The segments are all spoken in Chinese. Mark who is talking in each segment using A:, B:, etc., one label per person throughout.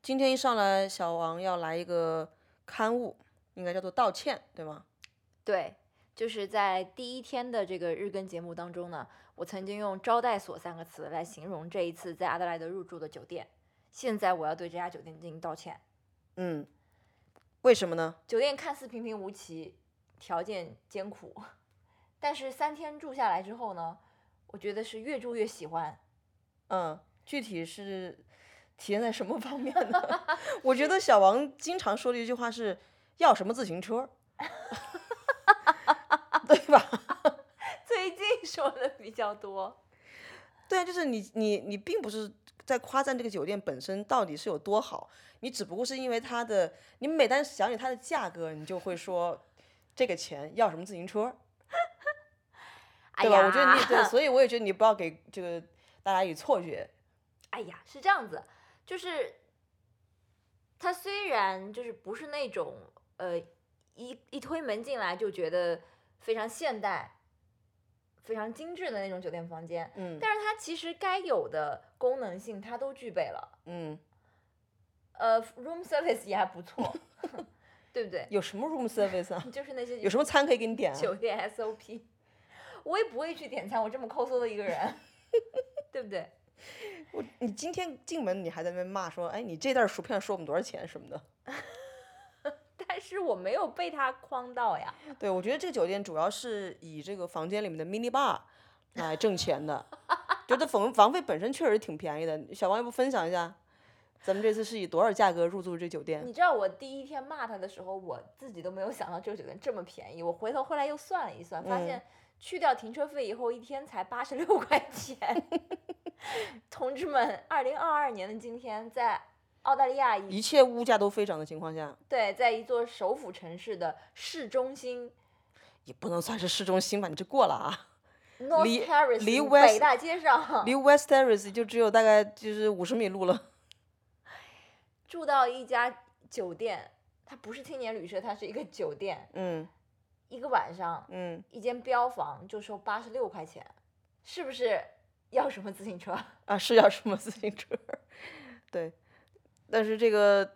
A: 今天一上来，小王要来一个刊物，应该叫做道歉，对吗？
B: 对，就是在第一天的这个日更节目当中呢，我曾经用“招待所”三个词来形容这一次在阿德莱德入住的酒店。现在我要对这家酒店进行道歉。
A: 嗯，为什么呢？
B: 酒店看似平平无奇，条件艰苦， 但是三天住下来之后呢，我觉得是越住越喜欢。
A: 嗯，具体是体现在什么方面呢？ 我觉得小王经常说的一句话是“要什么自行车”， 对吧？
B: 最近说的比较多。
A: 对啊，就是你你你并不是在夸赞这个酒店本身到底是有多好，你只不过是因为它的，你每当想起它的价格，你就会说这个钱要什么自行车，
B: 哎
A: 对
B: 呀，
A: 吧？我觉得你 对，所以我也觉得你不要给这个大家以错觉，
B: 哎呀，是这样子，就是他虽然就是不是那种呃一一推门进来就觉得非常现代、非常精致的那种酒店房间，
A: 嗯
B: 但是它其实该有的功能性它都具备了，
A: 嗯，
B: 呃，room service 也还不错， 对不对？
A: 有什么 room service 啊？
B: 就是那些
A: 有什么餐可以给你点啊？
B: 酒店 SOP，我 也不会去点餐，我这么抠搜的一个人， 对不对？
A: 我你今天进门你还在那边骂说，哎，你这袋薯片收我们多少钱什么的。
B: 但是我没有被他框到呀。
A: 对，我觉得这个酒店主要是以这个房间里面的 mini bar 来挣钱的，觉得房房费本身确实挺便宜的。小王要不分享一下，咱们这次是以多少价格入住这酒店？
B: 你知道我第一天骂他的时候，我自己都没有想到这个酒店这么便宜。我回头后来又算了一算，发
A: 嗯
B: 现去掉停车费以后，一天才八十六块钱。 同志们，二零二二年的今天，在澳大利亚一
A: 一切物价都飞涨的情况下，
B: 对，在一座首府城市的市中心
A: 也不能算是市中心吧，你这过了啊。
B: North Terrace
A: 离
B: 北
A: West-
B: 大街上，
A: 离 West Terrace 就只有大概就是五十米路了。
B: 住到一家酒店，它不是青年旅社，它是一个酒店，
A: 嗯
B: 一个晚上
A: 嗯
B: 一间标房就收八十六块钱，是不是 要什么自行车？
A: 啊，是要什么自行车？对，但是这个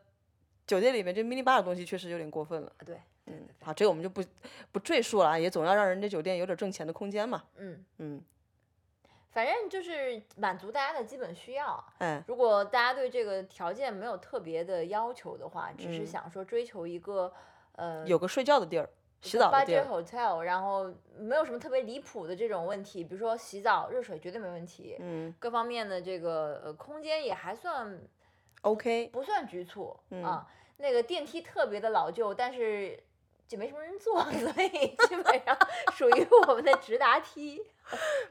A: 酒店里面这 mini bar 的东西确实有点过分了。嗯
B: 对，对对对，
A: 好，这个我们就不不赘述了啊，也总要让人家酒店有点挣钱的空间嘛。
B: 嗯，
A: 嗯，
B: 反正就是满足大家的基本需要。啊
A: 哎，
B: 如果大家对这个条件没有特别的要求的话，只是
A: 嗯
B: 想说追求一个呃
A: 有个睡觉的地儿，洗澡的地儿。
B: budget hotel，然后没有什么特别离谱的这种问题，比如说洗澡、热水绝对没问题，
A: 嗯
B: 各方面的这个呃空间也还算
A: ，OK，
B: 不算局促、
A: 嗯
B: 啊。那个电梯特别的老旧，但是就没什么人坐， 所以基本上属于我们的直达梯。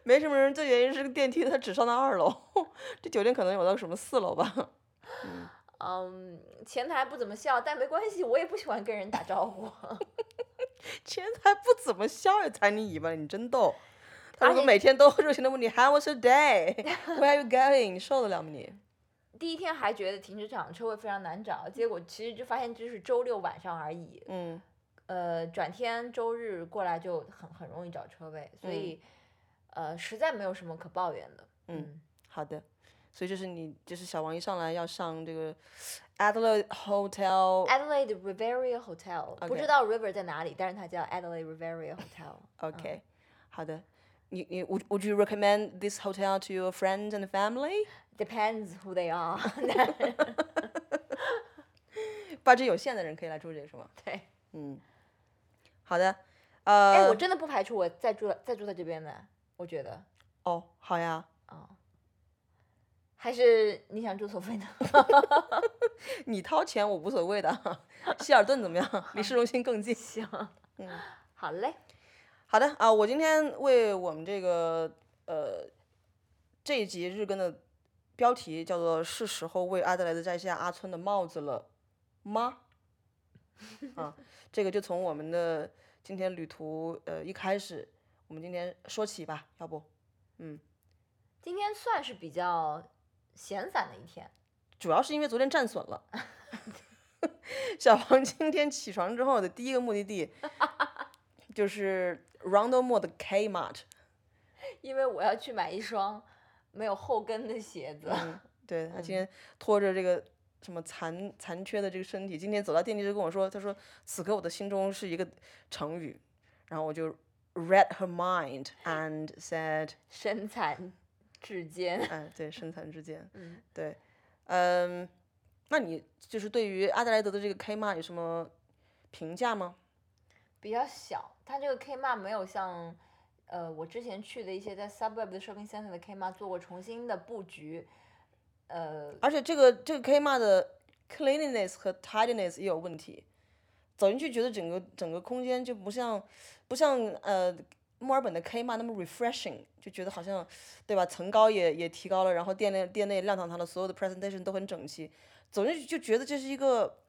A: 没什么人，最原因是个电梯它只上到二楼， 这酒店可能有到什么四楼吧。
B: 嗯，前台不怎么笑，但没关系，我也不喜欢跟人打招呼。
A: 前台不怎么笑也踩你尾巴，你真逗。他
B: 而
A: 如果
B: 且
A: 每天都热情的问你 How was your day? Where are you going? 你受得了吗你？
B: 第一天还觉得停车场车位非常难找，结果其实就发现这是周六晚上而已。
A: 嗯
B: 呃，转天周日过来就很很容易找车位，所以、呃，实在没有什么可抱怨的。
A: 嗯，好的。所以这是你，这是小王一上来要上这个 Adler Hotel。
B: Adelaide Riviera Hotel，、不
A: OK
B: 知道 River 在哪里，但是它叫 Adelaide Riviera Hotel。
A: Okay，、好的。你你 would would you recommend this hotel to your friends and family？
B: Depends who they are
A: budget 有限的人可以来住这个是吗？
B: 对，
A: 嗯，好的。
B: 哎、
A: 呃，
B: 我真的不排除我再住再住在这边的，我觉得
A: 哦，好呀。
B: 啊、还是你想住索菲呢？
A: 你掏钱我无所谓的。 希尔顿怎么样？离市中心更 近。
B: 行，
A: 嗯，
B: 好嘞，
A: 好的啊，我今天为我们这个呃这一集日更的标题叫做“是时候为阿德莱德摘下阿村的帽子了吗？”啊，这个就从我们的今天旅途呃一开始，我们今天说起吧，要不？嗯，
B: 今天算是比较闲散的一天，
A: 主要是因为昨天战损了。 小王今天起床之后的第一个目的地就是 Rondo Mall 的 Kmart。
B: 因为我要去买一双没有后跟的鞋子。
A: 嗯，对他今天拖着这个什么残残缺的这个身体，今天走到电梯就跟我说，他说此刻我的心中是一个成语，然后我就 read her mind and said，
B: 身残志坚。
A: 哎，对，身残志坚，
B: 嗯，
A: 对，嗯，那你就是对于阿德莱德的这个 K 骂有什么评价吗？
B: 比较小，它这个 K m a 没有像呃我之前去的一些在 suburb 的 shopping center 的 K m a 做过重新的布局，呃，
A: 而且这个这个 K 骂的 cleanliness 和 tidiness 也有问题，走进去觉得整个整个空间就不像不像呃墨尔本的 K 骂那么 refreshing，就觉得好像对吧？层高也也提高了，然后店内店内亮堂堂的所有的 presentation 都很整齐，走进去就觉得这是一个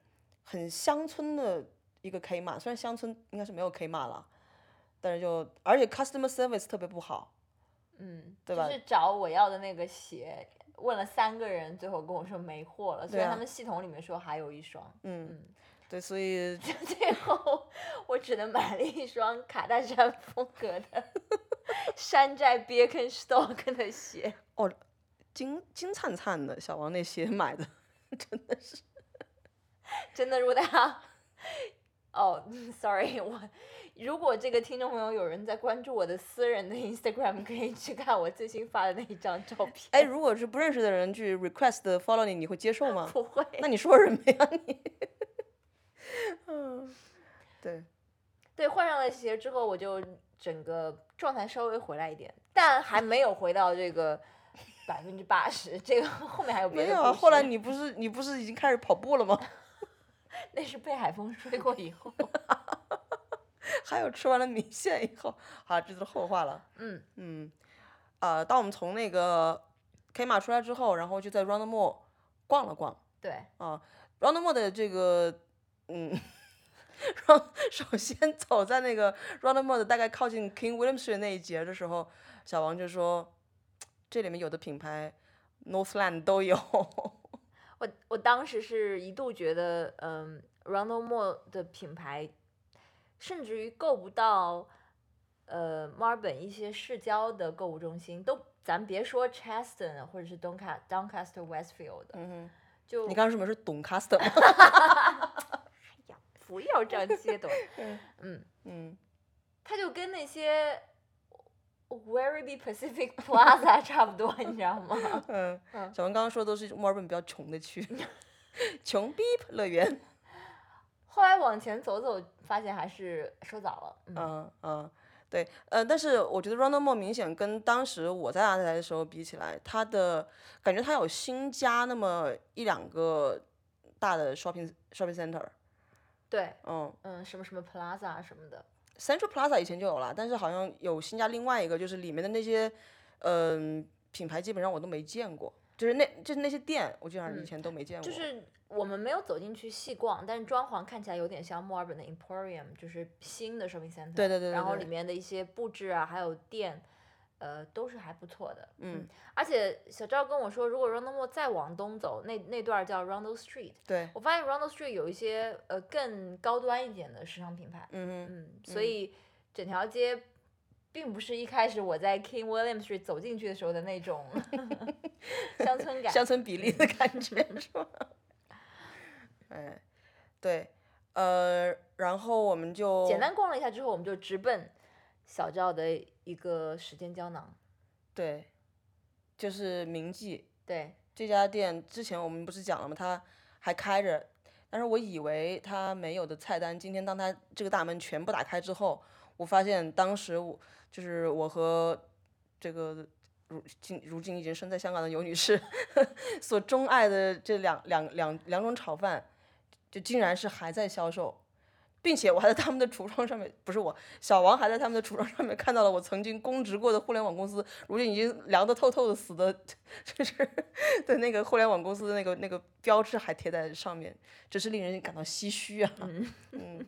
A: 很乡村的一个 K 骂，虽然乡村应该是没有 K 骂了，但是就而且 customer service 特别不好。
B: 嗯，
A: 对
B: 就
A: 吧
B: 是找我要的那个鞋，问了三个人，最后跟我说没货了。虽
A: 对
B: 然
A: 啊
B: 他们系统里面说还有一双，
A: 嗯
B: 嗯，
A: 对，所以
B: 最后我只能买了一双卡戴珊风格的 山寨 Birkenstock 的鞋。
A: 金金灿灿的小王那鞋买的。
B: 真的，如果大家，哦、s o r r y 我如果这个听众朋友有人在关注我的私人的 Instagram，可以去看我最新发的那一张照片。
A: 哎，，如果是不认识的人去 request follow 你，你会接受吗？
B: 不会，
A: 那你说什么呀你？ 嗯，对，
B: 对，换上了鞋之后，我就整个状态稍微回来一点，但还没有回到这个百分之八十。这个后面还有别
A: 没
B: 的
A: 有啊。
B: 故
A: 后来
B: 事
A: 你不是你不是已经开始跑步了吗？
B: 那是被海风吹过以后，
A: 还有吃完了米线以后，好，这都是后话了。
B: 嗯，
A: 嗯，呃，当我们从那个 K 码出来之后，然后就在 Round Mall 逛了逛
B: 对，
A: 啊。Round Mall 的这个，嗯， 然后首先走在那个 Round Mall 的大概靠近 King William Street 那一节的时候，小王就说，这里面有的品牌 Northland 都有。
B: 我我当时是一度觉得，嗯，Ronald Moore 的品牌，甚至于够不到，呃，墨尔本一些市郊的购物中心都，咱别说 Cheston 或者是 Donca Doncaster Westfield，
A: 嗯
B: 就
A: 哼，你刚刚说什么是 Doncaster 吗？
B: 呀，不要这样接短，嗯，
A: 嗯，
B: 它就跟那些 Werribee Pacific Plaza 差不多，你知道吗？
A: 嗯，
B: 嗯
A: 小王刚刚说的都是墨尔本比较穷的区， 穷逼乐园。
B: 后来往前走走，发现还是说早了，嗯，
A: 嗯嗯，对，呃，但是我觉得 Round Mall 明显跟当时我在阿德莱的时候比起来，它的感觉它有新加那么一两个大的 shopping shopping center，
B: 对，
A: 嗯
B: 嗯，什么什么 Plaza 什么的。
A: ，Central Plaza 以前就有了，但是好像有新加另外一个，就是里面的那些嗯、品牌基本上我都没见过，就是那就是那些店我基本上以
B: 嗯
A: 前都没见过，
B: 就是我们没有走进去细逛，但是装潢看起来有点像墨尔本的 Emporium，就是新的 shopping center。
A: 对对对对
B: 然后里
A: 对
B: 面的一些布置啊，还有店，呃，都是还不错的。
A: 嗯，
B: 而且小赵跟我说，如果 Rondo Mall 再往东走，那那段儿叫 Rondo Street，
A: 对，
B: 我发现 Rondo Street 有一些呃更高端一点的时尚品牌。
A: 嗯哼
B: 嗯，所以整条街。并不是一开始我在 King William Street 走进去的时候的那种 乡村 感，
A: 乡村比例的感 觉，是吧？哎，对，呃，然后我们就
B: 简单逛了一下之后，我们就直奔小赵的一个时间胶囊。
A: 对，就是铭记
B: 对，
A: 这家店，之前我们不是讲了吗？它还开着，但是我以为它没有的菜单，今天当它这个大门全部打开之后，我发现当时我就是我和这个。如今如今已经身在香港的尤女士 所钟爱的这两两两两种炒饭，就竟然是还在销售，并且我还在他们的橱窗上面，不是我，小王还在他们的橱窗上面看到了我曾经供职过的互联网公司，如今已经凉得 透透的死的，就是 的那个互联网公司的那个那个标志还贴在上面，真是令人感到唏嘘啊。
B: 嗯
A: 嗯，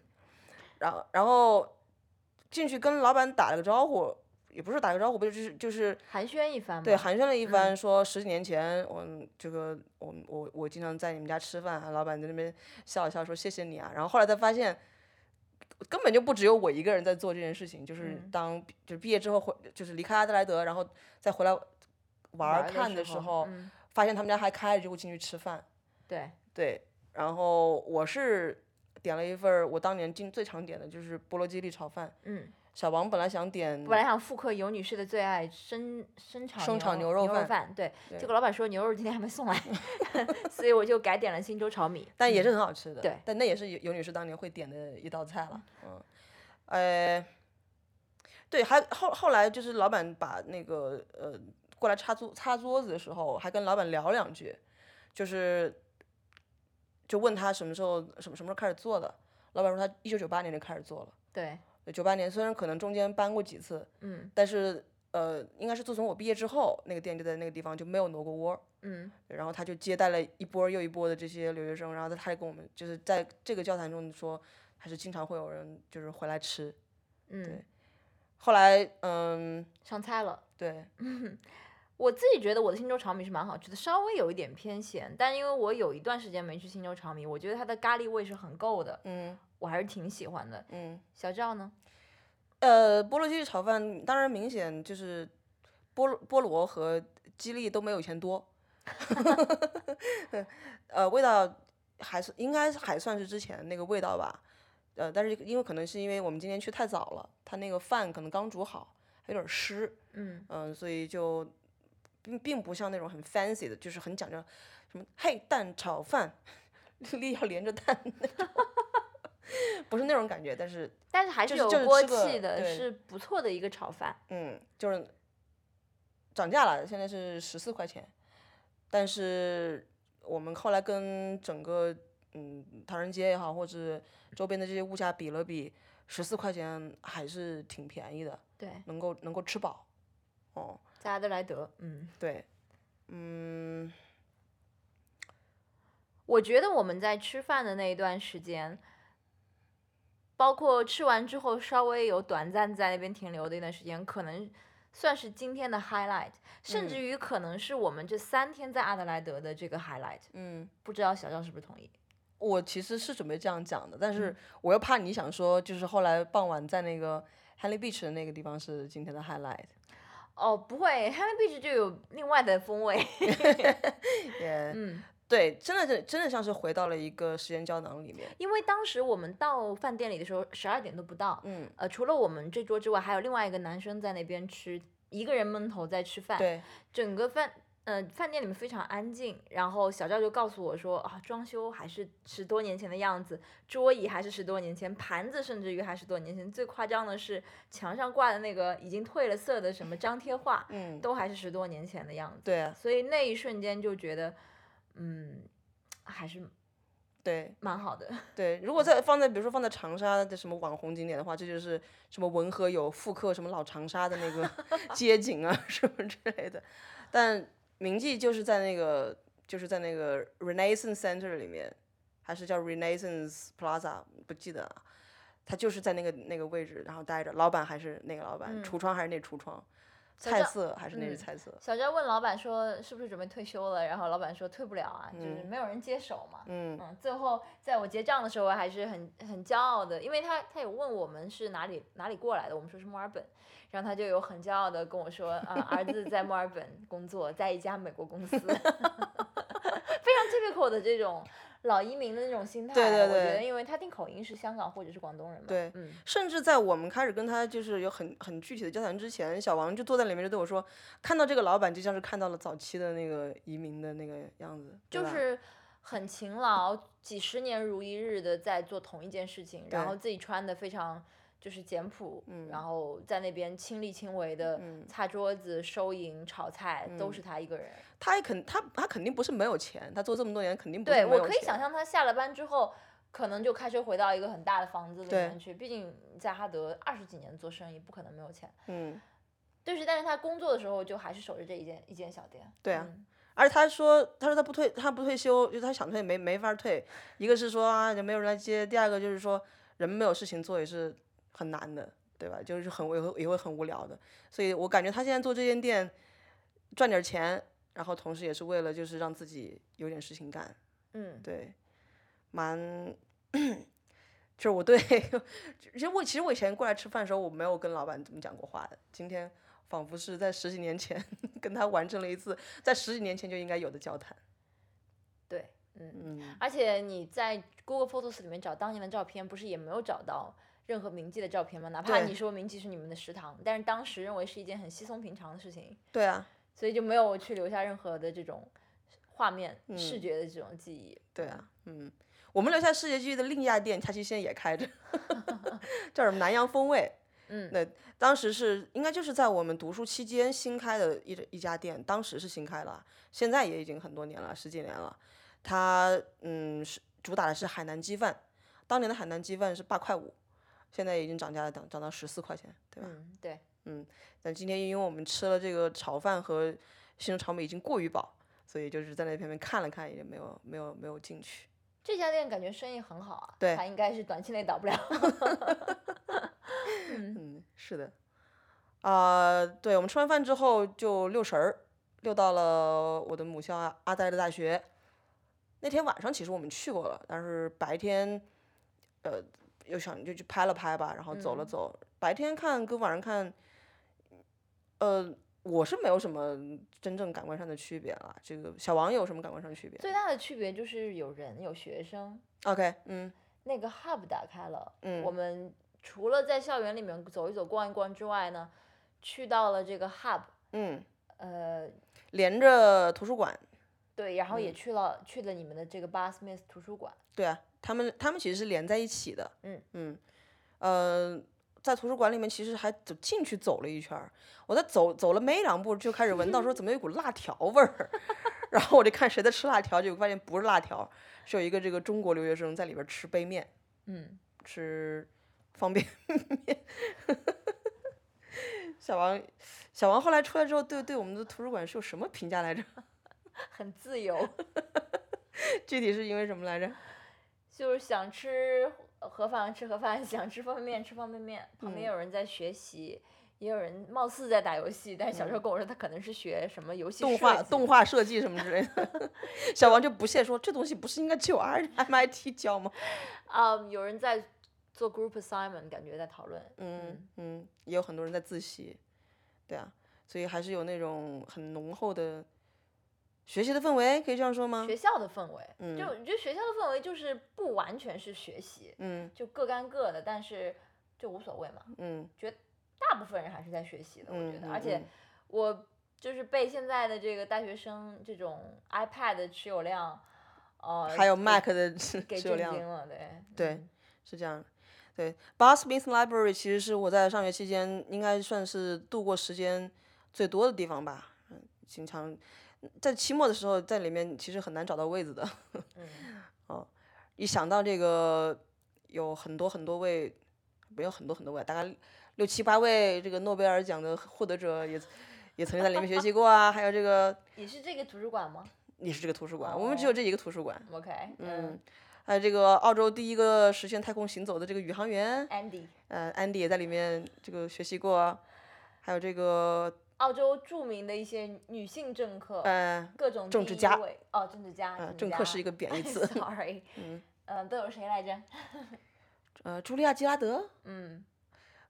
A: 然后然后进去跟老板打了个招呼，也不是打个招呼，不就是就是
B: 寒暄一番嘛。
A: 对，寒暄了一
B: 嗯
A: 番，说十几年前，我这个我我我经常在你们家吃饭啊，老板在那边笑一笑说谢谢你啊，然后后来才发现，根本就不只有我一个人在做这件事情，就是
B: 嗯
A: 当就是毕业之后回就是离开阿德莱德，然后再回来玩儿
B: 玩儿
A: 看的
B: 的
A: 时候，
B: 嗯
A: 发现他们家还开着，就会进去吃饭，
B: 对，
A: 对，然后我是点了一份儿我当年经最常点的就是菠萝鸡粒炒饭。
B: 嗯，
A: 小王本来想点，
B: 本来想复刻尤女士的最爱生生炒
A: 嗯生炒牛
B: 肉
A: 肉
B: 牛
A: 饭
B: 饭，对，
A: 对
B: 结果老板说牛肉今天还没送 来，所以我就改点了新州炒米。
A: 但也
B: 嗯
A: 是很好吃的。
B: 对
A: 但那也是有有女士当年会点的一道菜了。嗯，呃，对，还后后来就是老板把那个呃过来擦桌擦桌子的时候，还跟老板聊两句，就是就问他什么时候什么什么时候开始做的。老板说他一九九八年就开始做了。
B: 对，
A: 九八年虽然可能中间搬过几次，
B: 嗯
A: 但是呃，应该是自从我毕业之后，那个店就在那个地方就没有挪过窝儿。
B: 嗯
A: 然后他就接待了一波儿又一波的这些留学生，然后他他也跟我们就是在这个交谈中说，还是经常会有人就是回来吃。
B: 嗯，
A: 后来，嗯，
B: 上菜了。
A: 对，
B: 我自己觉得我的新州炒米是蛮好吃的，稍微有一点偏咸，但因为我有一段时间没吃新州炒米，我觉得它的咖喱味是很够的，
A: 嗯
B: 我还是挺喜欢的。
A: 嗯，
B: 小赵呢？
A: 呃，菠萝鸡粒炒饭当然明显就是菠萝菠萝和鸡粒都没有以前多，呃，味道还是应该还算是之前那个味道吧，呃，但是因为可能是因为我们今天去太早了，它那个饭可能刚煮好，还有点儿湿，
B: 嗯，
A: 嗯，所以就并并不像那种很 fancy 的，就是很讲究什么黑蛋炒饭， 粒要连着蛋那种 不是那种感觉，但是
B: 但是还是
A: 就是就
B: 有
A: 是
B: 锅
A: 吃个
B: 气的，
A: 对
B: 是不错的一个炒饭。
A: 嗯，就是涨价了，现在是十四块钱，但是我们后来跟整个嗯唐人街也好，或者周边的这些物价比了比，十四块钱还是挺便宜的，
B: 对，
A: 能够能够吃饱，哦。
B: 加德莱德，嗯，
A: 对，嗯
B: 我觉得我们在吃饭的那一段时间，包括吃完之后稍微有短暂在那边停留的一段时间，可能算是今天的 highlight，甚至
A: 嗯
B: 于可能是我们这三天在阿德莱德的这个 highlight。
A: 嗯，
B: 不知道小赵是不是同意？
A: 我其实是准备这样讲的，但是
B: 嗯
A: 我又怕你想说，就是后来傍晚在那个 Henley Beach 的那个地方是今天的 highlight，
B: 哦，不会，Happy Beach 就有另外的风味。
A: 也、
B: 嗯，
A: 对，真的是真的像是回到了一个时间胶囊里面，
B: 因为当时我们到饭店里的时候，十二点都不到。
A: 嗯，
B: 呃，除了我们这桌之外，还有另外一个男生在那边吃，一个人闷头在吃饭。
A: 对，
B: 整个饭呃饭店里面非常安静，然后小赵就告诉我说啊，装修还是十多年前的样子，桌椅还是十多年前，盘子甚至于还是多年前。最夸张的是墙上挂的那个已经褪了色的什么张贴画，
A: 嗯，
B: 都还是十多年前的样子。
A: 对啊，
B: 所以那一瞬间就觉得，嗯，还是
A: 对
B: 蛮好的。
A: 对，如果在放在比如说放在长沙的什么网红景点的话，这就是什么文和友复刻什么老长沙的那 个街景啊什么之类的，但铭记就是在那个就是在那个 Renaissance Center 里面，还是叫 Renaissance Plaza 不记得啊，他就是在那个那个位置，然后待着，老板还是那个老板，
B: 嗯
A: 橱窗还是那橱窗，
B: 小
A: 菜
B: 赵
A: 色还是那
B: 嗯
A: 个菜色，
B: 小赵问老板说是不是准备退休了，然后老板说退不了啊，就是
A: 嗯
B: 没有人接手嘛。
A: 嗯
B: 嗯，最后在我结账的时候，我还是很很骄傲的，因为他他有问我们是哪里哪里过来的，我们说是墨尔本，然后他就有很骄傲的跟我说，啊、儿子在墨尔本工作，在一家美国公司， 非常 typical 的这种老移民的那种心态。
A: 对对
B: 我觉
A: 对
B: 得因为他听口音是香港或者是广东人嘛。
A: 对
B: 嗯，
A: 甚至在我们开始跟他就是有很很具体的交谈之前，小王就坐在里面就对我说，看到这个老板就像是看到了早期的那个移民的那个样子，对
B: 就
A: 吧
B: 是很勤劳，几十年如一日的在做同一件事情，然
A: 对
B: 后自己穿的非常就是简朴，
A: 嗯
B: 然后在那边亲力亲为的
A: 嗯
B: 擦桌子、收银、炒菜，都是他一个人。
A: 他也肯他他肯定不是没有钱，他做这么多年肯定不是
B: 对
A: 没
B: 我
A: 有
B: 可以想
A: 钱，
B: 象他下了班之后。可能就开车回到一个很大的房子里
A: 对
B: 面去，毕竟在哈德二十几年做生意，不可能没有钱。
A: 嗯，
B: 就是，但是他工作的时候就还是守着这一间一间小店。
A: 对啊
B: 嗯
A: 而且他说他说他不退他不退休，就是他想退没没法退，一个是说啊就没有人来接，第二个就是说人没有事情做也是很难的，对吧？就是很也会也会很无聊的，所以我感觉他现在做这间店赚点钱，然后同时也是为了就是让自己有点事情干。
B: 嗯，
A: 对，蛮， 就是我对， 其实我其实我以前过来吃饭的时候，我没有跟老板这么讲过话的。今天仿佛是在 十几年前跟他完成了一次在十几年前就应该有的交谈。
B: 对，嗯，
A: 嗯，
B: 而且你在 Google Photos 里面找当年的照片，不是也没有找到任何铭记的照片吗？哪怕
A: 对
B: 你说铭记是你们的食堂，但是当时认为是一件很稀松平常的事情，
A: 对啊，
B: 所以就没有去留下任何的这种画面、
A: 嗯
B: 视觉的这种记忆。
A: 对啊，嗯，我们留下世界记忆的另一家店，它其实现在也开着， 叫什么南洋风味。
B: 嗯
A: 那当时是应该就是在我们读书期间新开的一一家店，当时是新开了，现在也已经很多年了，十几年了。它嗯是主打的是海南鸡饭，当年的海南鸡饭是八块五，现在已经涨价了，涨涨到十四块钱，对吧？啊
B: 嗯，对，
A: 但今天因为我们吃了这个炒饭和西红柿炒米已经过于饱，所以就是在那边看了看，也没有没有没有进去。
B: 这家店感觉生意很好啊，
A: 对
B: 它应该是短期内倒不了。
A: 嗯，是的，啊、对，我们吃完饭之后就溜神儿，溜到了我的母校阿阿呆的大学。那天晚上其实我们去过了，但是白天，呃，又想就去拍了拍吧，然后走了
B: 嗯
A: 走。白天看跟晚上看，呃，我是没有什么真正感官上的区别了。这个小王有什么感官上的区别
B: 最大的区别就是有人有学生，
A: ？OK，嗯
B: 那个 hub 打开了，
A: 嗯，
B: 我们除了在校园里面走一走、逛一逛之外呢，去到了这个 hub，
A: 嗯，
B: 呃，
A: 连着图书馆，
B: 对，然后也
A: 嗯
B: 去了、去了你们的这个 Bar Smith 图书馆，
A: 对啊，他们他们其实是连在一起的。
B: 嗯
A: 嗯，呃，在图书馆里面其实还走进去走了一圈儿，我在走走了没两步就开始闻到说怎么有股辣条味儿， 然后我就看谁在吃辣条，结果发现不是辣条，是有一个这个中国留学生在里边儿吃杯面，
B: 嗯，
A: 吃方便面。小王，小王后来出来之后，对对我们的图书馆是有什么评价来着？
B: 很自由，
A: 具体是因为什么来着？
B: 就是想吃呃盒饭吃盒饭， 想吃方便面吃方便面，旁
A: 嗯
B: 边有人在学习。也有人貌似在打游戏，但是小时候跟我说他可能是学什么游
A: 嗯
B: 戏
A: 动
B: 设
A: 画
B: 计
A: 动画设计什么之类的。 小王就不屑说：“这东西不是应该只有 R MIT 教吗
B: 啊、有人在做 group assignment，感觉在讨论。？”
A: 嗯嗯，也有很多人在自习，对啊，所以还是有那种很浓厚的学习的氛围，可以这样说吗
B: 学？校的氛围，
A: 嗯
B: 就我觉得学校的氛围就是不完全是学习，
A: 嗯
B: 就各干各的，但是就无所谓嘛。
A: 嗯
B: 大部分人还是在学习的，我
A: 嗯，
B: 觉得，
A: 嗯
B: 而且我就是被现在的这个大学生这种 iPad 的持有量，呃，
A: 嗯还有
B: 给
A: Mac 的质
B: 给
A: 质
B: 震
A: 量
B: 惊了，对
A: 对
B: 嗯
A: 是这样。对 b a s m i t h Library 其实是我在上学期间应该算是度过时间最多的地方吧。嗯，经常嗯在期末的时候，在里面其实很难找到位子的。
B: 嗯，
A: 一想到这个有很多很多位，没有很多很多位，大概六七八位这个诺贝尔奖的获得者也也曾经在里面学习过啊，还有这个
B: 也是这个图书馆吗
A: 也是这个图书馆，我们只有
B: 哦
A: 这一个图书馆，
B: ？OK，
A: 嗯
B: 嗯，
A: 还有这个澳洲第一个实现太空行走的这个宇航员，
B: ，Andy，
A: 呃，安迪也在里面这个学习过啊，还有这个
B: 澳洲著名的一些女性政客，
A: 呃，
B: 各种
A: 政
B: 第
A: 治
B: 一
A: 家
B: 位哦，政治家，
A: 呃，
B: 治
A: 政客
B: 家
A: 是一个贬义词，
B: Sorry，
A: 嗯
B: 呃，都有谁来着？
A: 呃，茱莉亚·吉拉德，
B: 嗯，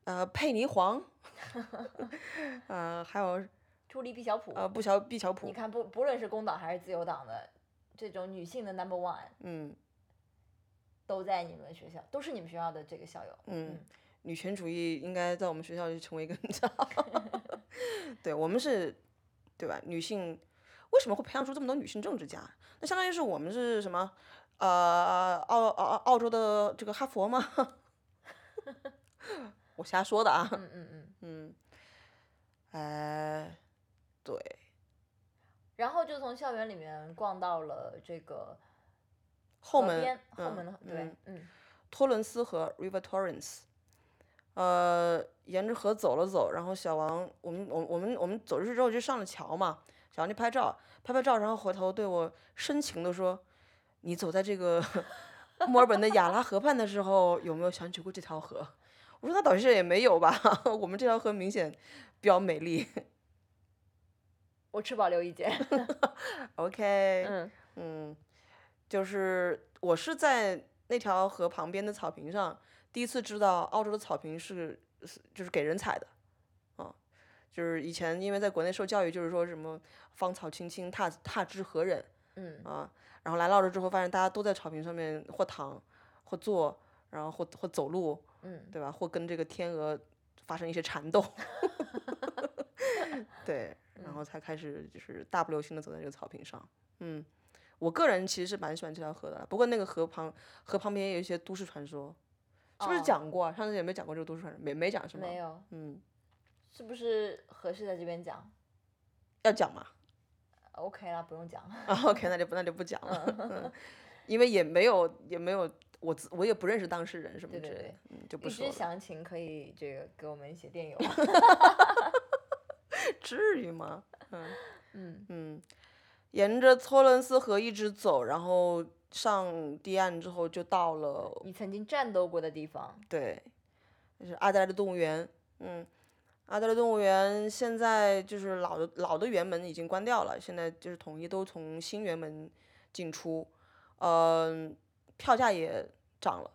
A: 呃，佩妮·黄， 呃，还有
B: 朱莉毕小普。
A: 呃，布乔毕乔普
B: 你，看不，不论是工党还是自由党的这种女性的 number one，
A: 嗯
B: 都在你们学校，都是你们学校的这个校友。
A: 嗯
B: 嗯，
A: 女权主义应该在我们学校就成为一个 你 知道，对我们是，对吧？女性为什么会培养出这么多女性政治家？那相当于是我们是什么？呃，澳澳澳洲的这个哈佛吗？ 我瞎说的 啊，
B: 嗯嗯嗯。
A: 嗯，哎，对，
B: 然后就从校园里面逛到了这个
A: 后
B: 河
A: 门
B: 边后
A: 嗯
B: 门的对
A: 嗯，
B: 嗯
A: 托伦斯河 （River Torrens）。呃，沿着河走了走，然后小王，我们我我们我们走出去之后就上了桥嘛，小王就拍照，拍拍照，然后回头对我深情地说：“你走在这个 墨尔本的亚拉河畔的时候，有没有想起过这条河？”我说：“那倒是也没有吧， 我们这条河明显比较美丽。
B: 我持保留意见。
A: ”OK，
B: 嗯
A: 嗯，就是我是在那条河旁边的草坪上，第一次知道澳洲的草坪是是就是给人踩的，啊，就是以前因为在国内受教育，就是说什么芳草青青，踏踏之何忍
B: 嗯
A: 啊，然后来到这之后，发现大家都在草坪上面或躺或坐，然后或或走路，
B: 嗯，
A: 对吧？或跟这个天鹅发生一些缠 斗， 对，然
B: 嗯
A: 后才开始就是大步流星的走在这个草坪上。嗯，我个人其实是蛮喜欢这条河的，不过那个河旁河旁边也有一些都市传说，是不是
B: 哦
A: 讲过啊？上次也没讲过这个都市传说，没没讲是吗？
B: 没。有，
A: 嗯，
B: 是不是合适在这边讲
A: 要
B: 呃
A: 讲嘛？
B: ？OK 啦，不用讲。
A: 啊 OK，那就不那就不讲了，嗯，因为也没有也没有我自我也不认识当事人什么
B: 对
A: 之
B: 对
A: 类的，
B: 对
A: 嗯，就不
B: 预
A: 说了。
B: 知详情可以这个给我们写 电邮。
A: 至于吗？嗯
B: 嗯
A: 嗯，沿着托伦斯河一直走，然后上堤岸之后就到了
B: 你曾经战斗过的地方，
A: 对，就是阿德莱德动物园。嗯，阿德莱德动物园现在就是老的老的园门已经关掉了，现在就是统一都从新园门进出。嗯、票价也涨了，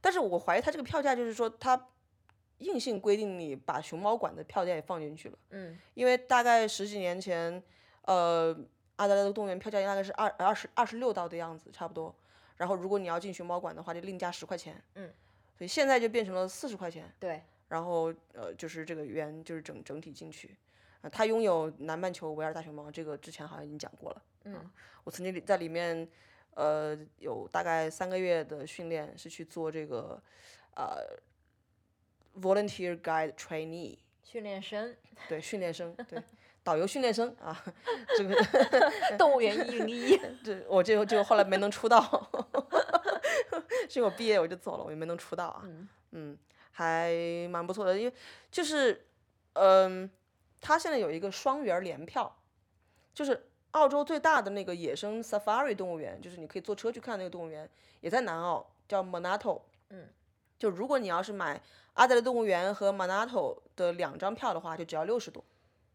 A: 但是我怀疑它这个票价就是说它硬性规定你把熊猫馆的票价也放进去了，
B: 嗯
A: 因为大概十几年前，呃，阿德莱德动物园票价大概是二二十二十六刀的样子，差不多。然后如果你要进熊猫馆的话，就另加十块钱。
B: 嗯，
A: 所以现在就变成了四十块钱。
B: 对，
A: 然后呃，就是这个园就是整整体进去，啊，它拥有南半球唯二大熊猫，这个之前好像已经讲过了。
B: 嗯
A: 我曾经里在里面，呃，有大概三个月的训练是去做这个，呃，volunteer guide trainee，
B: 训练 生，
A: 对，训练生，对，导游训练生啊，这个
B: 动物园一零 一，
A: 这我这个这个后来没能出道， 是因为我毕业我就走了，我也没能出道啊。
B: 嗯
A: 嗯，还蛮不错的，因为就是，嗯，它现在有一个双园儿联票，就是澳洲最大的那个野生 safari 动物园，就是你可以坐车去看那个动物园，也在南澳，叫 Monato。
B: 嗯，
A: 就如果你要是买阿德莱动物园和 Monato 的两张票的话，就只要六十多。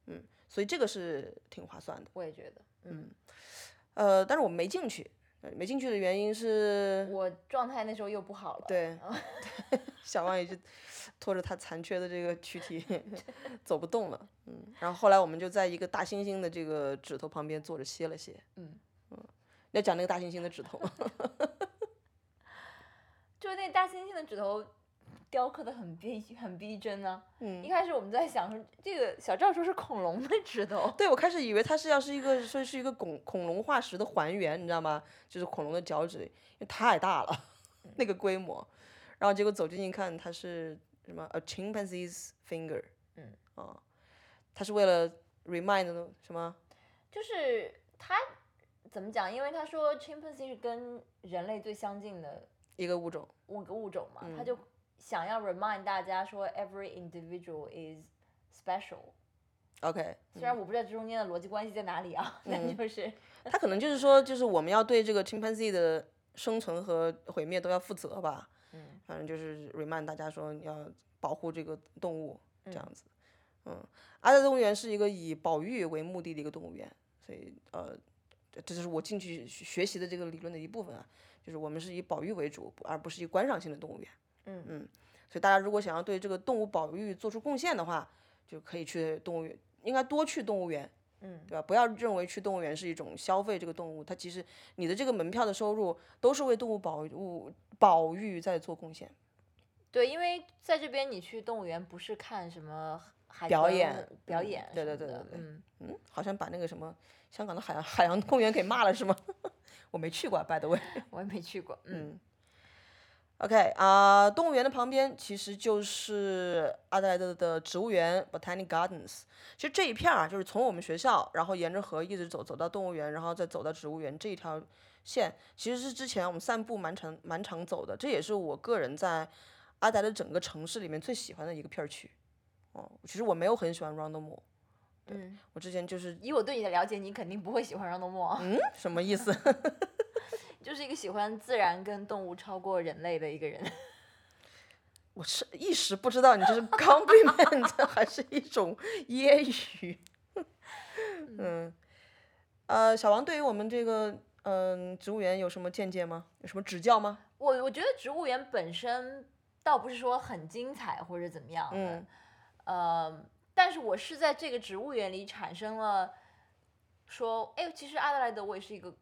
A: 嗯，所以这个是挺划算的。
B: 我也觉得，嗯，
A: 呃，但是我没进去，呃没进去的原因是，
B: 我哦状态那时候又不好了，，
A: 对， 小王也就拖着他残缺的这个躯体 走不动了，嗯，然后后来我们就在一个大猩猩的这个指头旁边坐着歇了歇，
B: 嗯
A: 要讲那个大猩猩的 指头吗？
B: 就是那大猩猩的指头雕刻的很逼很逼真呢、一
A: 嗯，
B: 开始我们在想说，这个小赵说是恐龙的指头，
A: 对我开始以为它是要是一个说是一个恐恐龙化石的还原，你知道吗？就是恐龙的脚趾，因为太大了 那个规模，然后结果走近一看，它是什么？A chimpanzee's finger，
B: 嗯，
A: 啊，它是为了 remind 什么？
B: 就是他怎么讲？因为他说 chimpanzee 是跟人类最相近的
A: 一个物种，
B: 五个物种嘛，他
A: 嗯
B: 就想要 remind 大家说 every individual is special。
A: OK，
B: 虽然我不知道这中间的逻辑关系在哪里啊， 但
A: 嗯
B: 就是
A: 他可能就是说，就是我们要对这个 chimpanzee 的生存和毁灭都要负责吧。
B: 嗯
A: 反正就是 remind 大家说你要保护这个动物这样子。嗯，阿德动物园是一个以保育为目的的一个动物园，所以呃，这这就是我进去学学习的这个理论的一部分啊，就是我们是以保育为主，而不是以观赏性的动物园。
B: 嗯
A: 嗯，所以大家如果想要对这个动物保育做出贡献的话，就可以去动物园，应该多去动物园。
B: 嗯
A: 对吧？不要认为去动物园是一种消费这个动物，它其实你的这个门票的收入都是为动物保育保育在做贡献。
B: 对，因为在这边你去动物园不是看什么海
A: 表
B: 豚
A: 演
B: 表
A: 嗯
B: 演什
A: 对对
B: 么
A: 对
B: 的
A: 对对
B: 嗯，
A: 嗯，好像把那个什么香港的海洋海洋公园给骂了是吗？我没去过啊，by the way。
B: 我也没去过，嗯，
A: 嗯。OK 啊、动物园的旁边其实就是阿德莱德的植物园 （Botanic Gardens）。其实这一片儿啊，就是从我们学校，然后沿着河一直走，走到动物园，然后再走到植物园这一条线，其实是之前我们散步蛮常蛮常走的。这也是我个人在阿德莱德整个城市里面最喜欢的一个片儿区。哦，其实我没有很喜欢 Rondomo，
B: 嗯，
A: 我之前就是
B: 以我对你的了解，你肯定不会喜欢让东莫，
A: 嗯什么意思？
B: 就是一个喜欢自然跟动物超过人类的一个人。
A: 我是一时不知道你这是 compliment 还是一种揶揄。嗯，呃，小王对于我们这个嗯、植物园有什么见解吗？有什么指教吗？
B: 我我觉得植物园本身倒不是说很精彩或者怎么样的，
A: 嗯
B: 呃，但是我是在这个植物园里产生了说，哎，其实阿德莱德我也是一个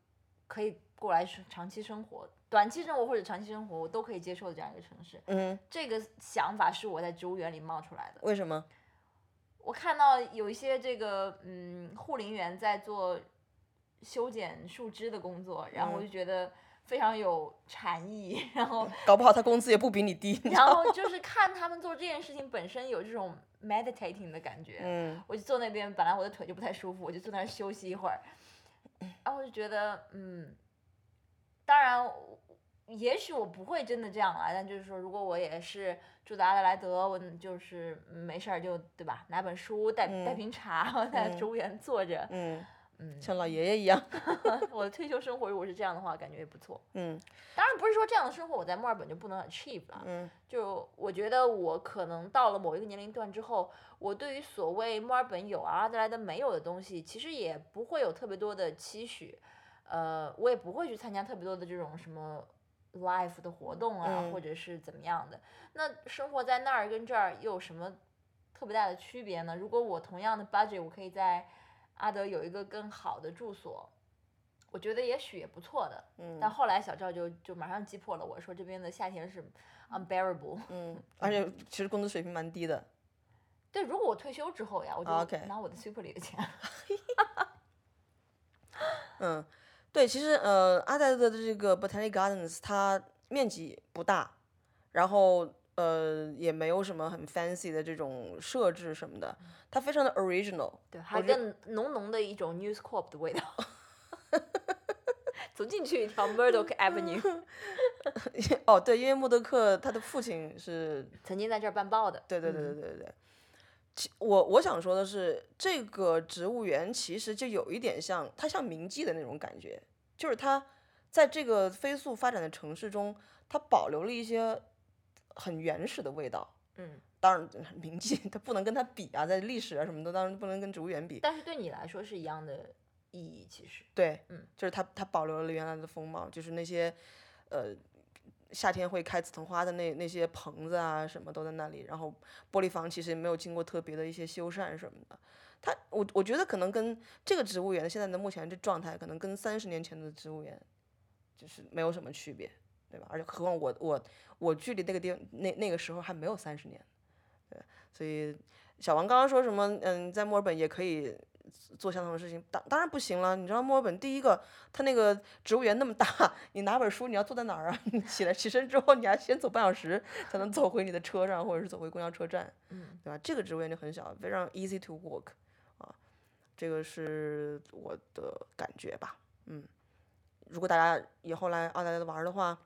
B: 可以过来是长期生活、短期生活或者长期生活，我都可以接受的这样一个城市。
A: 嗯，
B: 这个想法是我在植物园里冒出来的。
A: 为什么？
B: 我看到有一些这个嗯护林员在做修剪树枝的工作，然后
A: 嗯
B: 我就觉得非常有禅意，然后
A: 搞不好他工资也不比你低。 你知
B: 然
A: 道吗
B: 后就是看他们做这件事情本身有这种 meditating 的感觉。
A: 嗯
B: 我就坐那边，本来我的腿就不太舒服，我就坐那儿休息一会儿。然后我就觉得，嗯，当然我，也许我不会真的这样啦，但就是说，如果我也是住在阿德莱德，我嗯就是没事儿就对吧，拿本书，带、带
A: 嗯
B: 瓶茶，我在
A: 嗯
B: 植物园坐着，
A: 嗯，
B: 嗯，
A: 像老爷爷一样。
B: 我的退休生活如果是这样的话，感觉也不错。
A: 嗯
B: 当然不是说这样的生活我在墨尔本就不能 achieve 了，
A: 嗯
B: 就我觉得我可能到了某一个年龄段之后，我对于所谓墨尔本有啊阿德莱德没有的东西，其实也不会有特别多的期许，呃，我也不会去参加特别多的这种什么 life 的活动啊，
A: 嗯
B: 或者是怎么样的。那生活在那儿跟这儿又有什么特别大的区别呢？如果我同样的 budget，我可以在阿德有一个更好的住所，我觉得也许也不错的。
A: 嗯
B: 但后来小赵就就马上击破了我说这边的夏天是 unbearable。
A: 嗯，而且其实工资水平蛮低的。
B: 对，如果我退休之后呀，我
A: 啊
B: 就
A: ，OK
B: 拿我的 super 里的钱。
A: 嗯，对，其实呃，阿德莱德的这个 Botanic Gardens 它面积不大，然后呃也没有什么很 fancy 的这种设置什么的，它非常的 original。
B: 对，还有
A: 觉
B: 更浓浓的一种 News Corp 的味 道。走进去一条 Murdoch Avenue，
A: 哦，对，因为默多克他的父亲是，
B: 曾经在这儿办报的。
A: 对对对
B: 嗯
A: 对对对对。其我我想说的是，这个植物园其实就有一点像，它像铭记的那种感觉，就是它在这个飞速发展的城市中，它保留了一些很原始的味道。
B: 嗯，
A: 当然， 铭记它不能跟它比啊，在历史啊什么的，当然不能跟植物园比。
B: 但是对你来说是一样的意义，其实。
A: 对，
B: 嗯，
A: 就是它它保留了原来的风貌，就是那些，呃，夏天会开紫藤花的那那些棚子啊什么都在那里，然后玻璃房其实也没有经过特别的一些修缮什么的。它我我觉得可能跟这个植物园现在的目前这状态，可能跟三十年前的植物园就是没有什么区别，对吧？而且何况我我我距离那个地方那那个时候还没有三十年，对，所以小王刚刚说什么？嗯，在墨尔本也可以做相同的事情，当当然不行了。你知道墨尔本第一个，它那个植物园那么大，你拿本书你要坐在哪儿啊？ 你起来起身之后，你还先走半小时才能走回你的车上，或者是走回公交车站，
B: 嗯，
A: 对吧？这个植物园就很小，非常 easy to walk 啊，这个是我的感觉吧。嗯，如果大家以后来澳大利亚玩儿的话，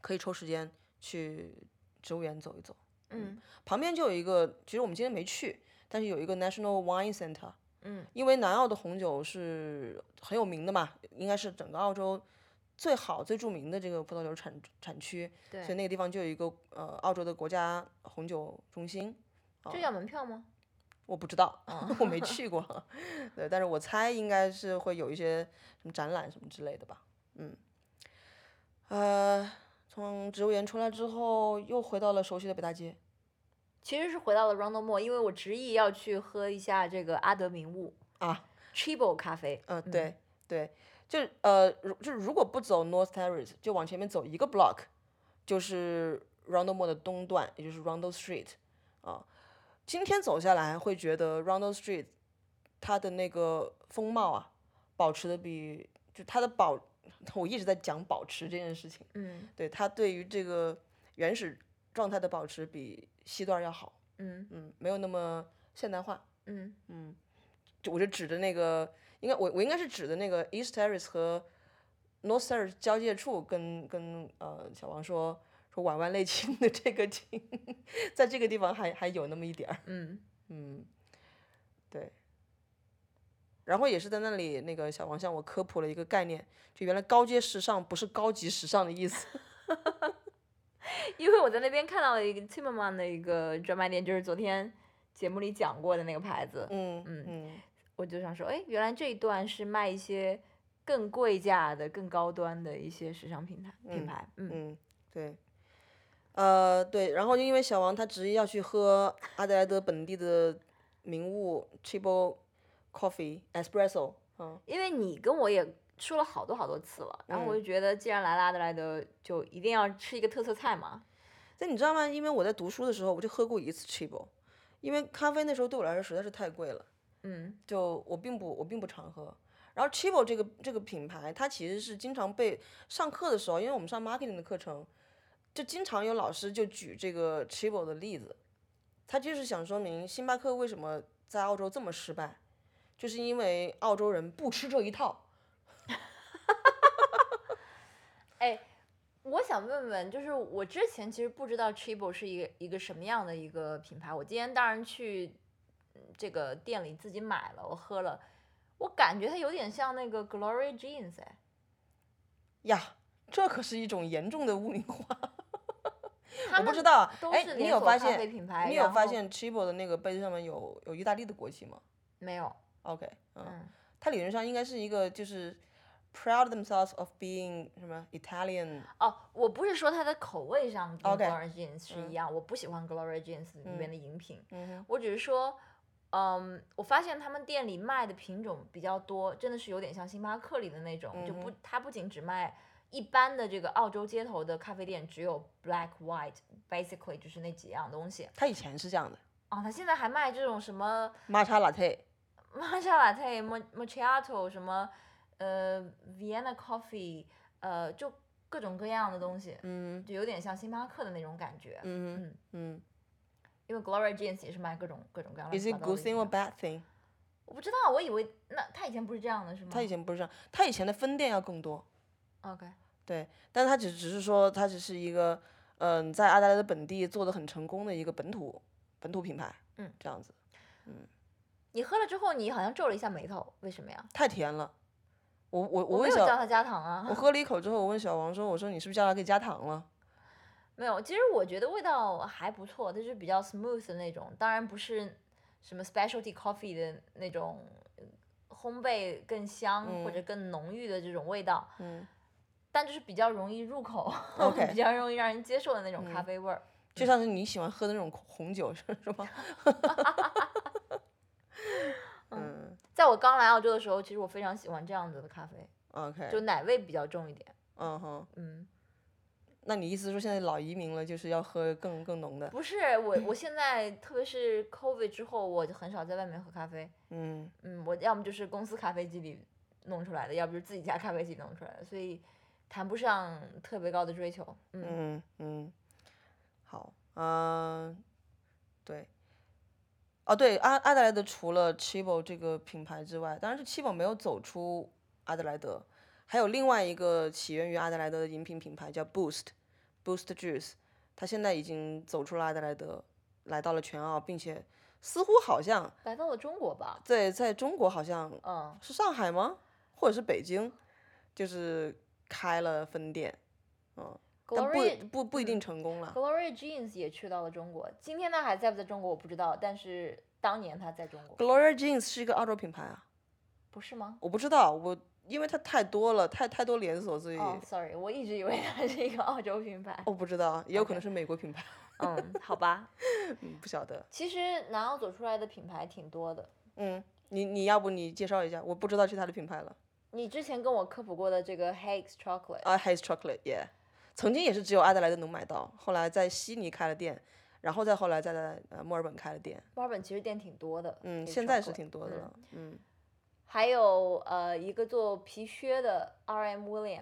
A: 可以抽时间去植物园走一走。
B: 嗯
A: 旁边就有一个，其实我们今天没去，但是有一个 National Wine Center，
B: 嗯
A: 因为南澳的红酒是很有名的嘛，应该是整个澳洲最好、最著名的这个葡萄酒产产区，所以
B: 对。
A: 那个地方就有一个呃澳洲的国家红酒中心，
B: 这要门票吗？
A: 我不知道，
B: 哦
A: 我没去过，对，但是我猜应该是会有一些什么展览什么之类的吧，嗯，呃，从植物园出来之后，又回到了熟悉的北大街，
B: 其实是回到了 Rondo Moore，因为我执意要去喝一下这个阿德明雾
A: 啊
B: c h i b o 咖啡。
A: 嗯，对对，就是呃，如就是如果不走 North Terrace，就往前面走一个 block，就是 Rondo Mall 的东段，也就是 Rondo Street 啊。今天走下来会觉得 Rondo Street 它的那个风貌啊，保持的比就它的保， 我一直在讲保持这件事情，
B: 嗯
A: 对它对于这个原始状态的保持比西段要好，
B: 嗯
A: 嗯，没有那么现代化。
B: 嗯
A: 嗯，就我就指着那个，应该我我应该是指的那个 East Terrace 和 North Terrace 交界处跟，跟呃小王说说晚湾类青的这个青， 在这个地方还还有那么一点儿，
B: 嗯，
A: 嗯，对。然后也是在那里，那个小王向我科普了一个概念，就原来高阶时尚不是高级时尚的意思。
B: 因为我在那边看到了一个 Timmerman 的一个专卖店，就是昨天节目里讲过的那个牌子，
A: 嗯
B: 嗯
A: 嗯
B: 我就想说，哎，原来这一段是卖一些更贵价的、更高端的一些时尚品牌品
A: 嗯
B: 牌，嗯
A: 嗯，对，呃，对，然后就因为小王他执意要去喝阿德莱德本地的名物 Chibo Coffee Espresso，嗯
B: 因为你跟我也说了好多好多次了。然后我
A: 嗯
B: 就觉得，既然来了阿德莱德，就一定要吃一个特色菜嘛。
A: 但你知道吗？因为我在读书的时候，我就喝过一次 Chibo，因为咖啡那时候对我来说实在是太贵了，
B: 嗯
A: 就我并不我并不常喝。然后 Chibo 这个这个品牌，它其实是经常被上课的时候，因为我们上 marketing 的课程，就经常有老师就举这个 Chibo 的例子，他就是想说明星巴克为什么在澳洲这么失败，就是因为澳洲人不吃这一套。
B: 我想问问，就是我之前其实不知道 Chibo 是一个一个什么样的一个品牌。我今天当然去嗯这个店里自己买了，我喝了，我感觉它有点像那个 Glory Jeans 哎。
A: 呀，这可是一种严重的污名化。
B: 他
A: 我不
B: 们
A: 知道啊，
B: 都
A: 哎
B: 是，
A: 你
B: 连
A: 有
B: 锁
A: 发
B: 咖
A: 现
B: 啡品牌，
A: 你有
B: 然
A: 发
B: 后
A: 现 Chibo 的那个杯子上面有有意大利的国旗吗
B: 没有？
A: ？OK，嗯，
B: 嗯，
A: 它理论上应该是一个就是 proud themselves of being 什么 Italian，
B: 哦，我不是说它的口味上跟
A: OK，
B: Glory Jeans 是一样，我不喜欢 Glory Jeans 里面
A: 嗯
B: 的饮品，
A: 嗯哼，
B: 我只是说，嗯，我发现他们店里卖的品种比较多，真的是有点像星巴克里的那种，就不
A: 嗯，
B: 它不仅只卖一般的这个澳洲街头的咖啡店只有 black white，basically 就是那几样东西，
A: 它以前是这样的，
B: 哦，它现在还卖这种什么
A: 抹茶 latte，
B: matcha latte、mo- macchiato 什么，呃，Vienna coffee，呃，就各种各样的东西，
A: 嗯
B: 就有点像星巴克的那种感觉。
A: 嗯
B: 嗯
A: 嗯
B: 因为 Gloria Jeans 也是卖各种各种各样的。
A: ，Is it good thing or？bad thing？
B: 嗯我不知道，我以为那他以前不是这样的，是吗？哦
A: 它以前不是这样，它以前的分店要更多，
B: OK，
A: 对，但它只只是说它只是一个，嗯、在阿德莱德本地做的很成功的一个本土本土品牌，
B: 嗯，
A: 这样子
B: 你喝了之后，你好像皱了一下眉头，为什么呀？
A: 太甜了，我我我
B: 没
A: 问
B: 有
A: 小
B: 叫他加糖啊，
A: 我喝了一口之后，我问小王说：“我说你是不是叫他给加糖了
B: 没有。其实我觉得味道还不错，它是比较 smooth 的那种，当然不是什么 specialty coffee 的那种呃烘焙更香、或者更浓郁的这种味道，？”
A: 嗯，
B: 但就是比较容易入口
A: OK 嗯
B: 比较容易让人接受的那种咖啡味儿。
A: 就像是你喜欢喝的那种红酒 是是吗？嗯
B: 在我刚来澳洲的时候，其实我非常喜欢这样子的咖啡，就
A: 嗯，OK，
B: 奶味比较重一点。
A: 嗯哼，
B: 嗯，
A: 那你意思是说现在老移民了，就是要喝更更浓的？
B: 不是我，我现在特别是 COVID 之后，我就很少在外面喝咖啡。
A: 嗯
B: 嗯，我要么就是公司咖啡机里弄出来的，要不就是自己家咖啡机弄出来的，所以谈不上特别高的追求。嗯，
A: 嗯嗯，好，嗯，对。哦，对，阿阿德莱德除了 Chibo 这个品牌之外，当然是 Chibo 没有走出阿德莱德，还有另外一个起源于阿德莱德的饮品品牌叫 Boost，Boost Juice，它现在已经走出了阿德莱德，来到了全澳，并且似乎好像
B: 来到了中国吧，
A: 在在中国好像
B: 嗯，
A: 是上海吗？或者是北京，就是开了分店，嗯，但
B: Glory-
A: 不不不一定成功了。
B: Gloria Jeans 也去到了中国，今天他还在不在中国我不知道，但是当年他在中国，
A: Gloria Jeans 是一个澳洲品牌啊，
B: 不是吗？
A: 我不知道，我因为它太多了，太太多连锁，所以、
B: 哦、s o r r y 我一直以为它是一个澳洲品牌。
A: 我不知道，也有可
B: OK
A: 能是美国品牌，
B: 嗯，好吧。
A: 嗯，不晓得。
B: 其实南澳走出来的品牌挺多的，
A: 嗯，你你要不你介绍一下？我不知道其他的品牌了。
B: 你之前跟我科普过的这个 Hague's Chocolate，
A: 啊 h a z e Chocolate，yeah，曾经也是只有阿德莱德能买到，后来在悉尼开了店，然后再后来再在呃墨尔本开了店，
B: 墨尔本其实店挺多的，
A: 嗯，
B: 这个
A: 现在是
B: chocolate
A: 挺多的
B: 嗯
A: 了，嗯
B: 还有呃，一个做皮靴的 R M Williams，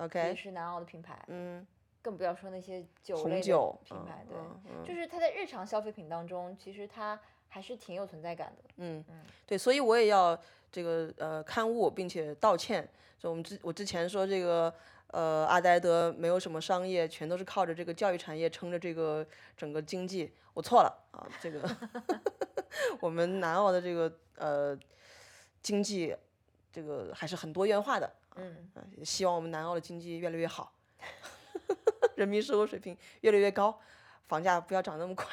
B: 也
A: ，OK，
B: 是南澳的品牌，
A: 嗯。
B: 更不要说那些酒类
A: 红
B: 的
A: 酒
B: 品牌，对，
A: 嗯
B: 就
A: 嗯
B: 是它在日常消费品当中，其实它还是挺有存在感的。
A: 嗯
B: 嗯
A: 对，所以我也要这个呃刊物，并且道歉。就我们之我之前说这个呃阿德莱德没有什么商业，全都是靠着这个教育产业撑着这个整个经济，我错了啊，这个 我们南澳的这个呃经济这个还是很多元化的，
B: 嗯，
A: 啊也希望我们南澳的经济越来越好， 人民生活水平越来越高，房价不要涨那么快。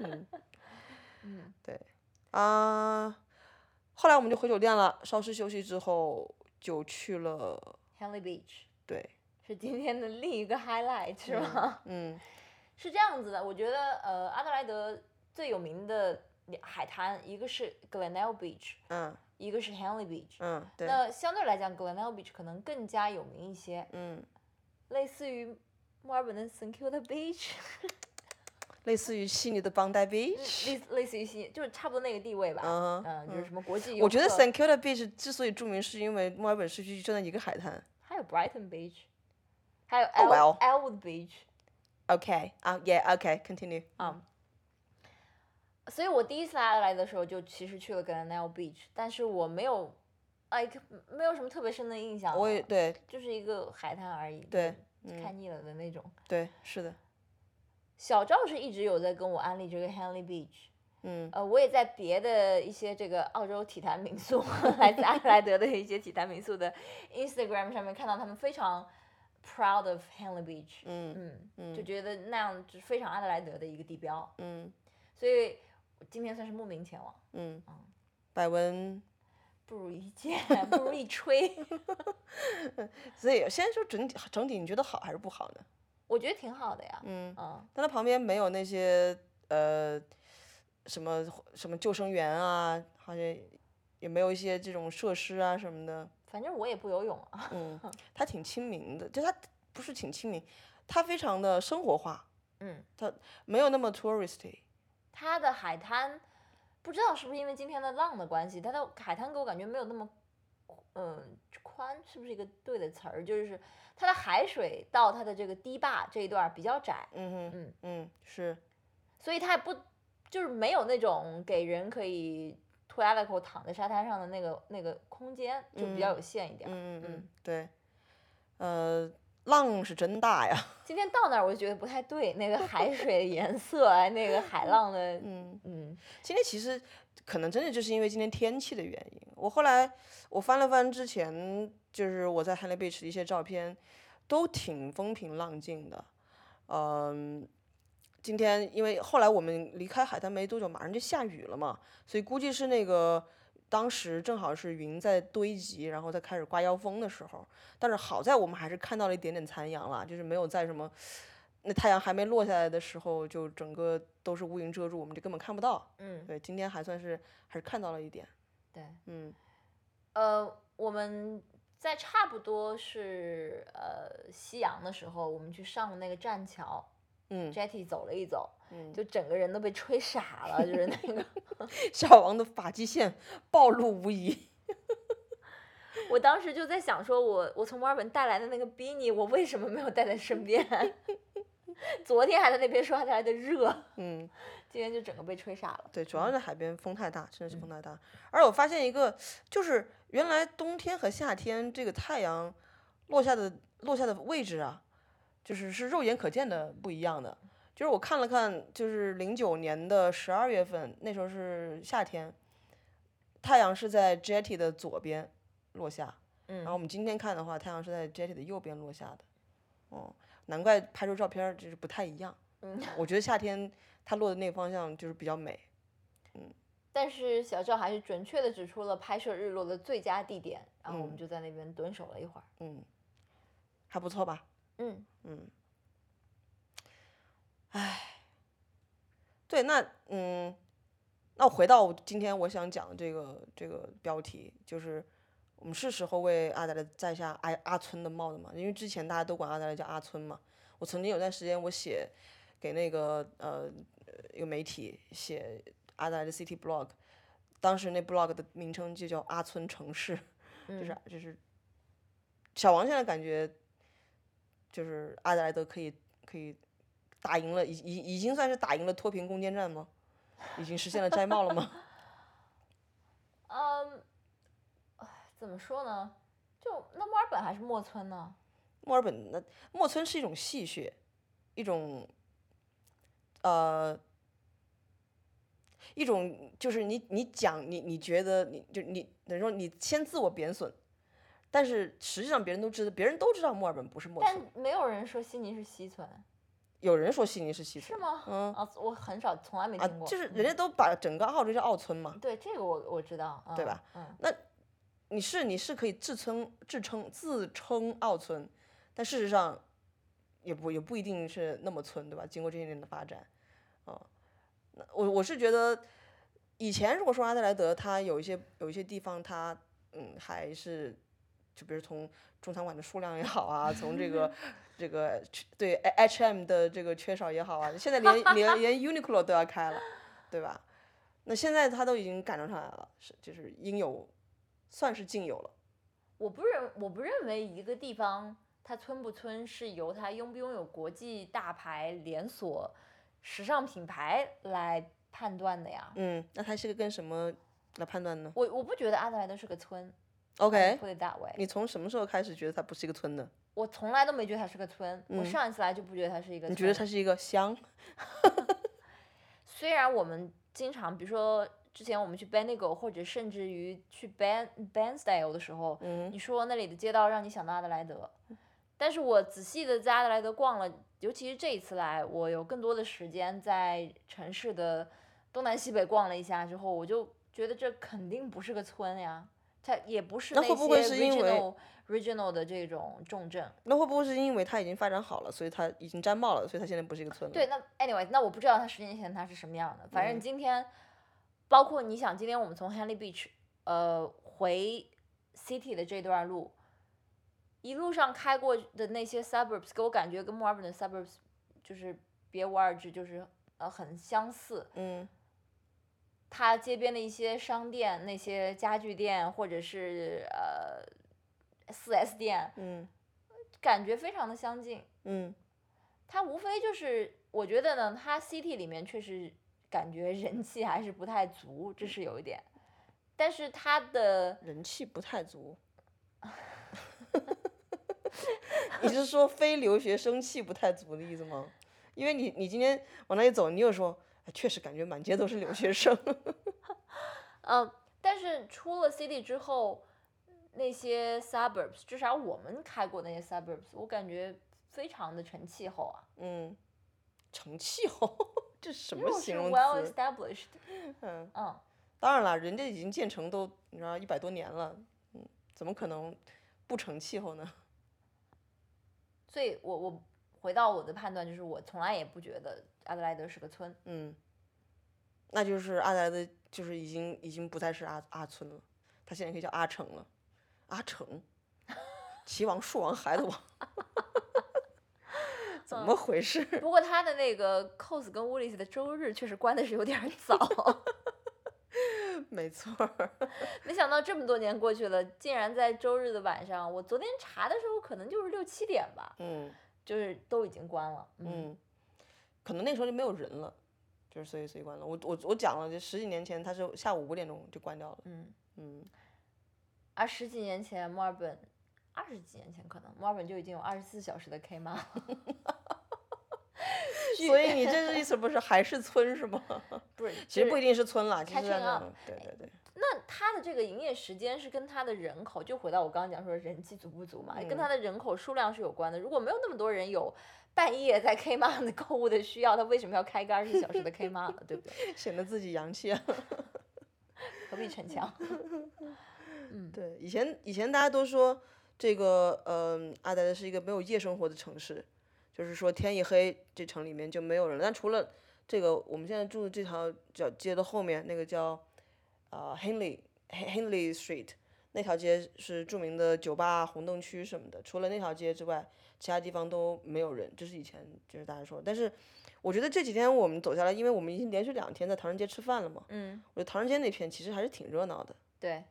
A: 嗯
B: 嗯，
A: 对，啊、后来我们就回酒店了，稍事休息之后就去了，
B: Henley Beach
A: 对，
B: 是今天的另一个 highlight 是吗？
A: 嗯
B: 是这样子的，我觉得呃，阿德莱德最有名的两海滩，一个是 Glenelg Beach，
A: 嗯
B: 一个是 Henley Beach。
A: 嗯，对，
B: 那相对来讲，Glenelg Beach 可能更加有名一些，
A: 嗯，
B: 类似于墨尔本的 St Kilda Beach，
A: 类似于悉尼的 Bondi Beach，
B: 类类似于悉尼，就是差不多那个地位吧。
A: 嗯哼
B: 嗯，就是什么国际游客，
A: 我觉得 St Kilda Beach 之所以著名，是因为墨尔本市区就那一个海滩。
B: 还有 Brighton Beach，还有
A: Oh,
B: L
A: well.
B: Elwood Beach。
A: OK，啊，Yeah，OK，Continue。
B: 啊，
A: 嗯
B: 所以我第一次来来的时候，就其实去了 Glenelg Beach，但是我没有，like 没有什么特别深的印象了，
A: 我也对
B: 就是一个海滩而已，
A: 对，嗯
B: 就看腻了的那种。
A: 对，是的，
B: 小赵是一直有在跟我安利这个 Henley Beach，
A: 嗯
B: 呃，我也在别的一些这个澳洲体坛民宿， 来自阿德莱德的一些体坛民宿的 Instagram 上面看到他们非常 proud of Henley Beach，
A: 嗯
B: 嗯就哦觉得那样就是非常阿德莱德的一个地标，
A: 嗯
B: 所以我今天算是慕名前往。
A: 嗯，百闻。
B: 不如一见， 不如一吹。
A: 所以先说整体，整体你觉得好还是不好呢？
B: 我觉得挺好的呀。
A: 嗯，
B: 嗯，
A: 但它旁边没有那些呃什么什么救生员啊，好像也没有一些这种设施啊什么的。
B: 反正我也不游泳啊。
A: 嗯，它挺亲民的，就它不是挺亲民，它非常的生活化，
B: 嗯，
A: 没有那么 touristy。
B: 它的海滩，不知道是不是因为今天的浪的关系，它的海滩给我感觉没有那么，嗯，宽是不是一个对的词儿？就是它的海水到它的这个堤坝这一段儿比较窄，
A: 嗯哼，
B: 嗯
A: 嗯，是，
B: 所以它也不就是没有那种给人可以拖家带口躺在沙滩上的那个那个空间，就比较有限一点儿。
A: 嗯嗯嗯
B: 嗯，
A: 对，呃，浪是真大呀。
B: 今天到那儿我就觉得不太对，那个海水的颜色啊，那个海浪的，
A: 嗯，
B: 嗯
A: 今天其实可能真的就是因为今天天气的原因，我后来我翻了翻之前就是我在 Henley Beach 的一些照片，都挺风平浪静的。嗯，今天因为后来我们离开海滩没多久，马上就下雨了嘛，所以估计是那个。当时正好是云在堆积，然后再开始刮妖风的时候，但是好在我们还是看到了一点点残阳啦，就是没有在什么，那太阳还没落下来的时候，就整个都是乌云遮住，我们就根本看不到。
B: 嗯，
A: 对，今天还算是还是看到了一点，
B: 对，
A: 嗯
B: 呃，我们在差不多是呃夕阳的时候，我们去上了那个栈桥
A: 嗯，
B: ，Jetty 走了一走，
A: 嗯
B: 就整个人都被吹傻了，就是 那个，
A: 小王的发际线暴露无遗，
B: 我当时就在想说我，我从墨尔本带来的那个 Beanie，我为什么没有带在身边？ 昨天还在那边说还在的热，
A: 嗯，
B: 今天就整个被吹傻了。
A: 对，主要是海边风太大，真的是
B: 嗯
A: 风太大。而我发现一个，就是原来冬天和夏天这个太阳落下的落下的位置啊，就是是肉眼可见的不一样的。就是我看了看，就是零九年的十二月份，那时候是夏天，太阳是在 jetty 的左边落下，
B: 嗯，
A: 然后我们今天看的话，太阳是在 jetty 的右边落下的，哦，难怪拍出照片儿就是不太一样。
B: 嗯，
A: 我觉得夏天它落的那个方向就是比较美。
B: 但是小赵还是准确的指出了拍摄日落的最佳地点，然后我们
A: 嗯
B: 就在那边蹲守了一会儿。
A: 嗯，还不错吧？
B: 嗯，
A: 嗯，唉，对，那嗯，那我回到我今天我想讲的这个这个标题，就是我们是时候为阿呆的摘下阿阿村的帽子嘛，因为之前大家都管阿呆叫阿村嘛。我曾经有段时间我写给那个呃一个媒体写阿呆的 City Blog，当时那 blog 的名称就叫阿村城市。
B: 就
A: 就是就是，小王现在感觉就是阿德莱德可以可以打赢了，已已已经算是打赢了脱贫攻坚战吗？已经实现了摘帽了吗？
B: 嗯，唉怎么说呢？就那墨尔本还是墨村呢？
A: 墨尔本的墨村是一种戏谑，一种呃。一种就是你，你讲你，你觉得你就你等于说你先自我贬损，但是实际上别人都知道，别人都知道墨尔本不是墨村。
B: 但没有人说悉尼是西村，
A: 有人说悉尼是西
B: 是
A: 村，
B: 吗？
A: 嗯
B: 啊，我很少，从来没
A: 啊
B: 听过。，
A: 就是
B: 嗯
A: 人家都把整个澳洲叫澳村嘛，
B: 对这个我我知道，
A: 对
B: 嗯
A: 吧？
B: 嗯，
A: 你是你是可以自称自称自称澳村，但事实上也不也不一定嗯是那么村，对吧？经过这些年的发展，啊、那我我是觉得以前如果说阿德莱德，它有一些有一些地方它，嗯还是，就比如从中餐馆的数量也好啊，从这个这个缺对 H M 的这个缺少也好啊，现在连连连 Uniqlo 都要开了，对吧？那现在它都已经赶上上来了，是就是应有，算是尽有了。
B: 我不认我不认为一个地方它村不村是由它拥不拥有国际大牌连锁时尚品牌来判断的呀。
A: 嗯，那它是跟什么来判断呢
B: 我我不觉得阿德莱德是个村
A: ？OK，
B: put it that way。
A: 你从什么时候开始觉得它不是一个村的？
B: 我从来都没觉得它是个村，我
A: 嗯
B: 上一次来就不觉得它是一个村。
A: 你觉得它是一个乡？
B: 虽然我们经常，比如说之前我们去 Bendigo，或者甚至于去 Ben Bensdale 的时候，
A: 嗯
B: 你说那里的街道让你想到阿德莱德，但是我仔细的在阿德莱德逛了，尤其是这一次来，我有更多的时间在城市的东南西北逛了一下之后，我就觉得这肯定不是个村呀，它也不是
A: 那
B: 些
A: 会不会是因为
B: regional regional 的这种重镇。
A: 那会不会是因为它已经发展好了，所以它已经沾爆了，所以它现在不是一个村了？
B: 对，，那 anyway，那我不知道他十年前他是什么样的。反正今天，包括你想，今天我们从 Henley Beach 呃回 City 的这段路，一路上开过的那些 suburbs，给我感觉跟墨尔本的 suburbs 就是别无二致，就是呃很相似。
A: 嗯
B: 它街边的一些商店、那些家具店或者是呃四 S 店，
A: 嗯
B: 感觉非常的相近。
A: 嗯
B: 它无非就是，我觉得呢，它 CT 里面确实感觉人气还是不太足，这是有一点。但是它的
A: 人气不太足。 你是说非留学生气不太足的意思吗？因为你你今天往那里走，你又说，哎，确实感觉满街都是留学生。
B: 呃，但是出了 CT 之后，那些 suburbs，至少我们开过那些 suburbs，我感觉非常的成气候啊，
A: 嗯，成气候， 这是什么
B: 又是
A: 形容
B: well
A: 词？
B: established，
A: 嗯，
B: 嗯，
A: 当然了，人家已经建成都你知道一百多年了，嗯，怎么可能不成气候呢？
B: 所以我我回到我的判断，就是我从来也不觉得阿德莱德是个村，
A: 嗯，那就是阿德莱德，就是已经已经不再是阿阿村了，他现在可以叫阿城了，阿城，齐王、树王、孩子王，怎么回事？
B: 嗯不过他的那个 cos 跟 Woolies 的周日确实关的是有点儿早。
A: 没错儿，
B: 没想到这么多年过去了，竟然在周日的晚上，我昨天查的时候可能就是六七点吧，
A: 嗯
B: 就是都已经关了。嗯，
A: 嗯，可能那时候就没有人了。就是所以所以关了，我我我讲了，就十几年前他是下午五点钟就关掉了，
B: 嗯
A: 嗯，
B: 而十几年前墨尔本，二十几年前可能墨尔本就已经有二十四小时的 K 妈了。 据
A: 所以你这是意思不是还是村是吗？
B: 不是，
A: 其实不
B: 就
A: 一
B: 是
A: 定是村啦，其实
B: catching
A: 按照
B: up
A: 对对对，
B: 那它的这个营业时间是跟它的人口，就回到我刚刚讲说人气足不足嘛，跟
A: 嗯
B: 它的人口数量是有关的。如果没有那么多人有半夜在 K 妈的购物的需要，它为什么要开个二十四小时的 K 妈呢？对不对？
A: 显得自己洋气啊。
B: 何必逞强？ 嗯，
A: 对，以前以前大家都说这个，嗯、阿德莱德是一个没有夜生活的城市，就是说天一黑，这城里面就没有人了。但除了这个，我们现在住的这条叫街的后面那个叫啊、Henley Henley Street 那条街是著名的酒吧、红灯区什么的。除了那条街之外，其他地方都没有人。这是以前就是大家说，但是我觉得这几天我们走下来，因为我们已经连续两天在唐人街吃饭了嘛，
B: 嗯，
A: 我觉得唐人街那片其实还是挺热闹的。
B: 对。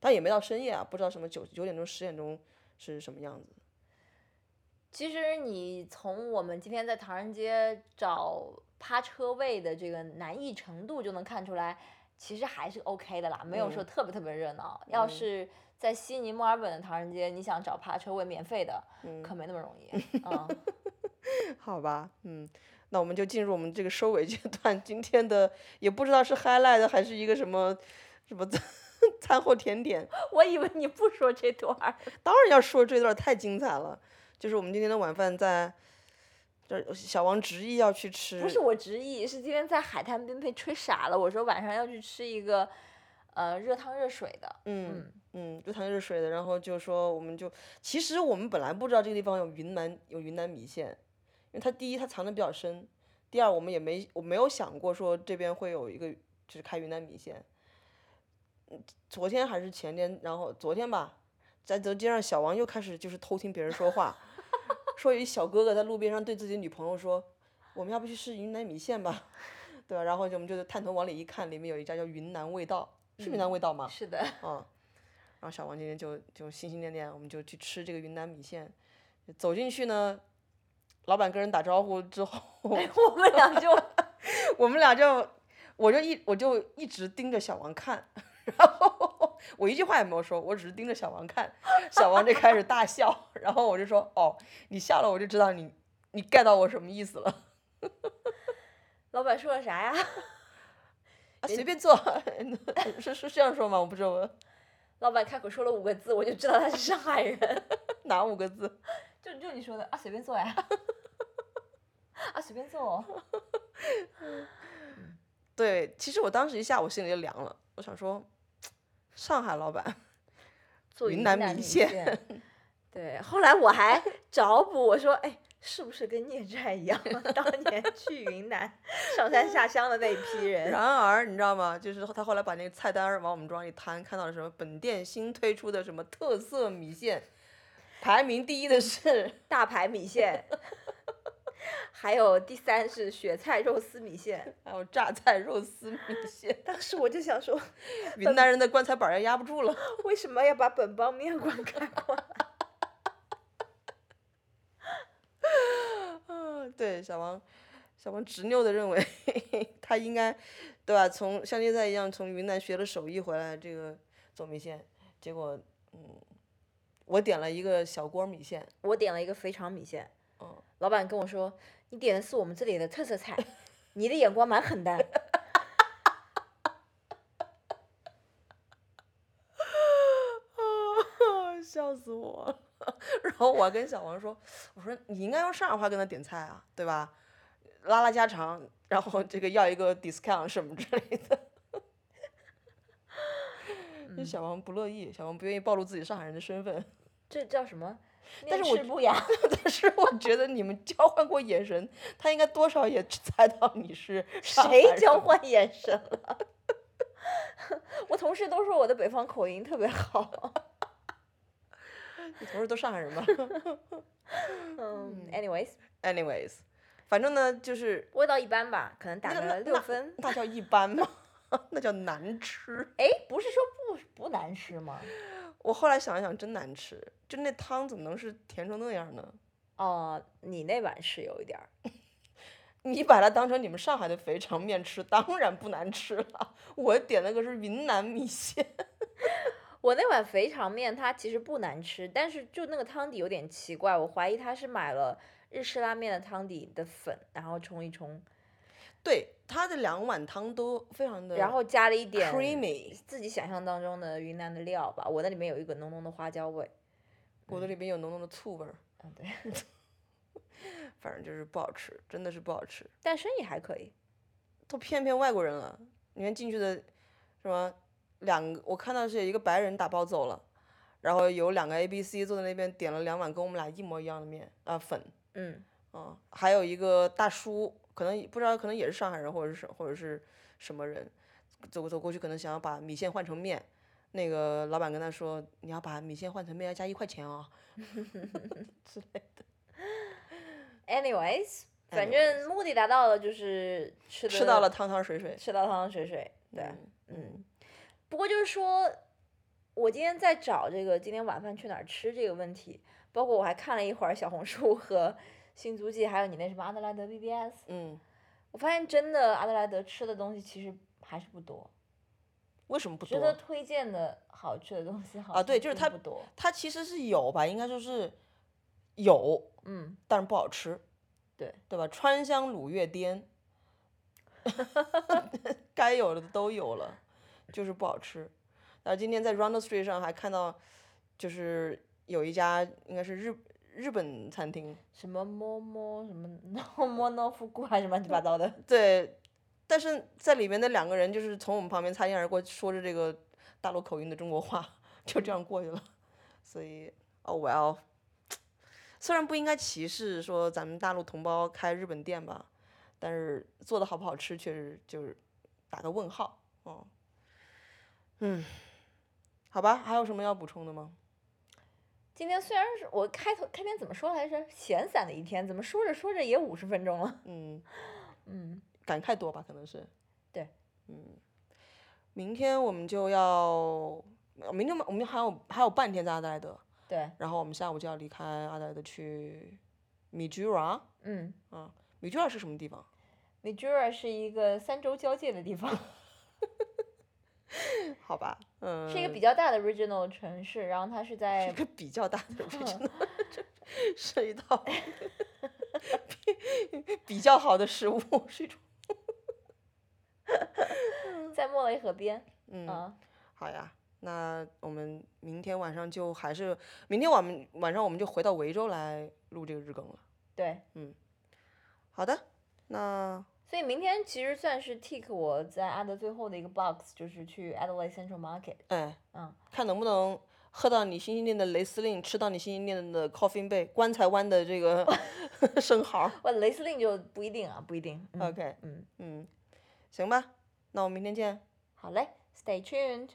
A: 但也没到深夜啊，不知道什么九九点钟、十点钟是什么样子。
B: 其实你从我们今天在唐人街找趴车位的这个难易程度就能看出来，其实还是 OK 的啦，没有说
A: 嗯
B: 特别特别热闹。要
A: 嗯
B: 是在悉尼、墨尔本的唐人街，你想找趴车位免费的，
A: 嗯，
B: 可没那么容易。 嗯，
A: 好吧，嗯，那我们就进入我们这个收尾阶段。 今天的也不知道是 highlight 还是一个什么什么餐 后甜点，
B: 我以为你不说这段儿。
A: 当然要说这段太精彩了。就是我们今天的晚饭在这儿小王执意要去吃，
B: 不是我执意，是今天在海滩边被吹傻了。我说晚上要去吃一个，呃，热汤热水的。
A: 嗯
B: 嗯，
A: 嗯，就糖热水的，然后就说我们就，其实我们本来不知道这个地方有云南有云南米线，因为它第一它藏的比较深，第二我们也没我没有想过说这边会有一个就是开云南米线。嗯昨天还是前天，然后昨天吧，在在街上，小王又开始就是偷听别人说话， 说有一小哥哥在路边上对自己女朋友说：“我们要不去吃云南米线吧？” 对吧？然后就我们就探头往里一看，里面有一家叫云南味道，是云南味道吗？
B: 是的，
A: 嗯，然后小王今天就就心心念念，我们就去吃这个云南米线。走进去呢，老板跟人打招呼之后，
B: 我们俩就
A: 我们俩就我就一我就一直盯着小王看，然后我一句话也没有说，我只是盯着小王看。小王就开始大笑，然后我就说：“哦，你笑了，我就知道你你 get 到我什么意思了。
B: 老板说了啥呀？
A: 啊随便坐， 是是这样说吗？我不知道我
B: 老板开口说了五个字，我就知道他是上海人。
A: 哪五个字。
B: 就就你说的啊，随便坐 呀，啊随便坐哦。
A: 对，其实我当时一下我心里就凉了，我想说，上海老板。
B: 做
A: 云
B: 云
A: 南米
B: 米
A: 线
B: 线。对，后来我还找补，我说哎，是不是跟孽债一样， 当年去云南上山下乡的那一批人？
A: 然而，你知道吗？就是他后来把那个菜单儿往我们桌上一摊，看到了什么本店新推出的什么特色米线，排名第一的是
B: 大排米 线，还有第三是雪菜肉丝米线。
A: 还有榨菜肉丝米 线，
B: 当时我就想说，
A: 云南人的棺材板儿要压不住了。
B: 为什么要把本帮面馆开关？
A: 啊，对，小王，小王执拗的认为 他应该，对吧？从像现在一样从云南学了手艺回来，这个做米线，结果嗯，我点了一个小锅米线，
B: 我点了一个肥肠米线，
A: 嗯，
B: 老板跟我说，你点的是我们这里的特色菜，你的眼光蛮狠的。
A: 啊， 笑死我了！ 然后我还跟小王说：“我说你应该用上海话跟他点菜啊，对吧？拉拉家常，然后这个要一个 discount 什么之类的。”就
B: 嗯
A: 小王不乐意，小王不愿意暴露自己上海人的身份。
B: 这叫什么？
A: 但
B: 面
A: 是我
B: 赤不雅。
A: 但是我觉得你们交换过眼神，他应该多少也猜到你是上海
B: 谁
A: 人
B: 交换眼神了？ 我同事都说我的北方口音特别 好。
A: 你同事都上海人吗
B: 嗯，anyways，
A: ？Anyways，反正呢就是
B: 味道一般吧，可能打
A: 那
B: 个
A: 那
B: 六分。
A: 那叫一般吗？ 那叫难吃。
B: 哎，不是说不不难吃吗？
A: 我后来想一想，真难吃，就那汤怎么能是甜成那样呢？
B: 哦，你那碗是有一点儿。
A: 你把它当成你们上海的肥肠面吃，当然不难吃了。我点那个是云南米线，
B: 我那碗肥肠面它其实不难吃，但是就那个汤底有点奇怪，我怀疑他是买了日式拉面的汤底的粉，然后冲一冲，
A: 对，它的两碗汤都非常的，
B: 然后加了一点
A: creamy，
B: 自己想象当中的云南的料吧。我那里面有一股浓浓的花椒味。
A: 骨子里边有浓浓的醋味儿，
B: 嗯，对，
A: 反正就是不好吃，真的是不好吃。
B: 但生意还可以。
A: 都骗骗外国人了，你看进去的什么两个，我看到是有一个白人打包走了，然后有两个 A B C 坐在那边点了两碗跟我们俩一模一样的面啊粉，
B: 嗯，
A: 嗯，还有一个大叔，可能不知道，可能也是上海人，或者是什或者是什么人，走走过去，可能想要把米线换成面。那个老板跟他说：“你要把米线换成面，要加一块钱哦。
B: Anyways，反正目的达到了，就是吃”
A: 吃到了，汤汤水水。
B: 吃到汤汤水水。对，
A: 嗯嗯，
B: 不过就是说，我今天在找这个今天晚饭去哪儿吃这个问题，包括我还看了一会儿小红书和新足迹，还有你那什么阿德莱德 BBS，
A: 嗯，
B: 我发现真的阿德莱德吃的东西其实还是不多，
A: 为什么不
B: 值得
A: 多？
B: 推荐的好吃的东西好
A: 啊对
B: 像
A: 就是
B: 并
A: 它
B: 不多。
A: 它其实是有吧，应该说是有，
B: 嗯，
A: 但是不好吃，
B: 对
A: 对吧？川香卤月颠， 该有的都有了，就是不好吃。然后今天在 Rondo Street 上还看到，就是有一家应该是日日本餐厅，
B: 什么摸摸什么 no 摸 no 复古还是啊乱七八糟的。
A: 对，但是在里面的两个人就是从我们旁边擦肩而过，说着这个大陆口音的中国话， 就这样过去了。所以，oh well，虽然不应该歧视说咱们大陆同胞开日本店吧，但是做的好不好吃，确实就是打个问号。嗯，嗯，好吧，还有什么要补充的吗？
B: 今天虽然是我开头开篇怎么说来着，闲散的一天，怎么说着说着也五十分钟了？
A: 嗯，
B: 嗯，
A: 感慨多吧，可能是。
B: 对，
A: 嗯，明天我们就要，呃明天我们还有还有半天在阿德莱德，
B: 对，
A: 然后我们下午就要离开阿德莱德去米居拉。
B: 嗯
A: 嗯，米居拉是什么地方？
B: ，Majura 是一个三州交界的地 方，
A: 好吧，嗯，
B: 是一个比较大的 regional 城市，然后它 是
A: 是一
B: 在
A: 个比较大
B: 嗯
A: 的 regional，涉及到比 比较好的食物是一种，
B: 在莫雷河边
A: 嗯，
B: 啊，
A: 好呀，那我们明天晚上就还是明天晚们晚上我们就回到维州来录这个日更了。
B: 对，
A: 好的，那
B: 所以明天其实算是 tick 我在阿德最后的一个 box，就是去 Adelaide Central Market，
A: 哎，
B: 嗯，
A: 看能不能。喝到你心心念的雷司令，吃到你心心念的 coffin bay，棺材湾的这个 生 蚝。
B: 哇，雷司令就不一定啊，不一定。嗯
A: OK，
B: 嗯，
A: 嗯，行吧，那我们明天见。
B: 好嘞，Stay tuned。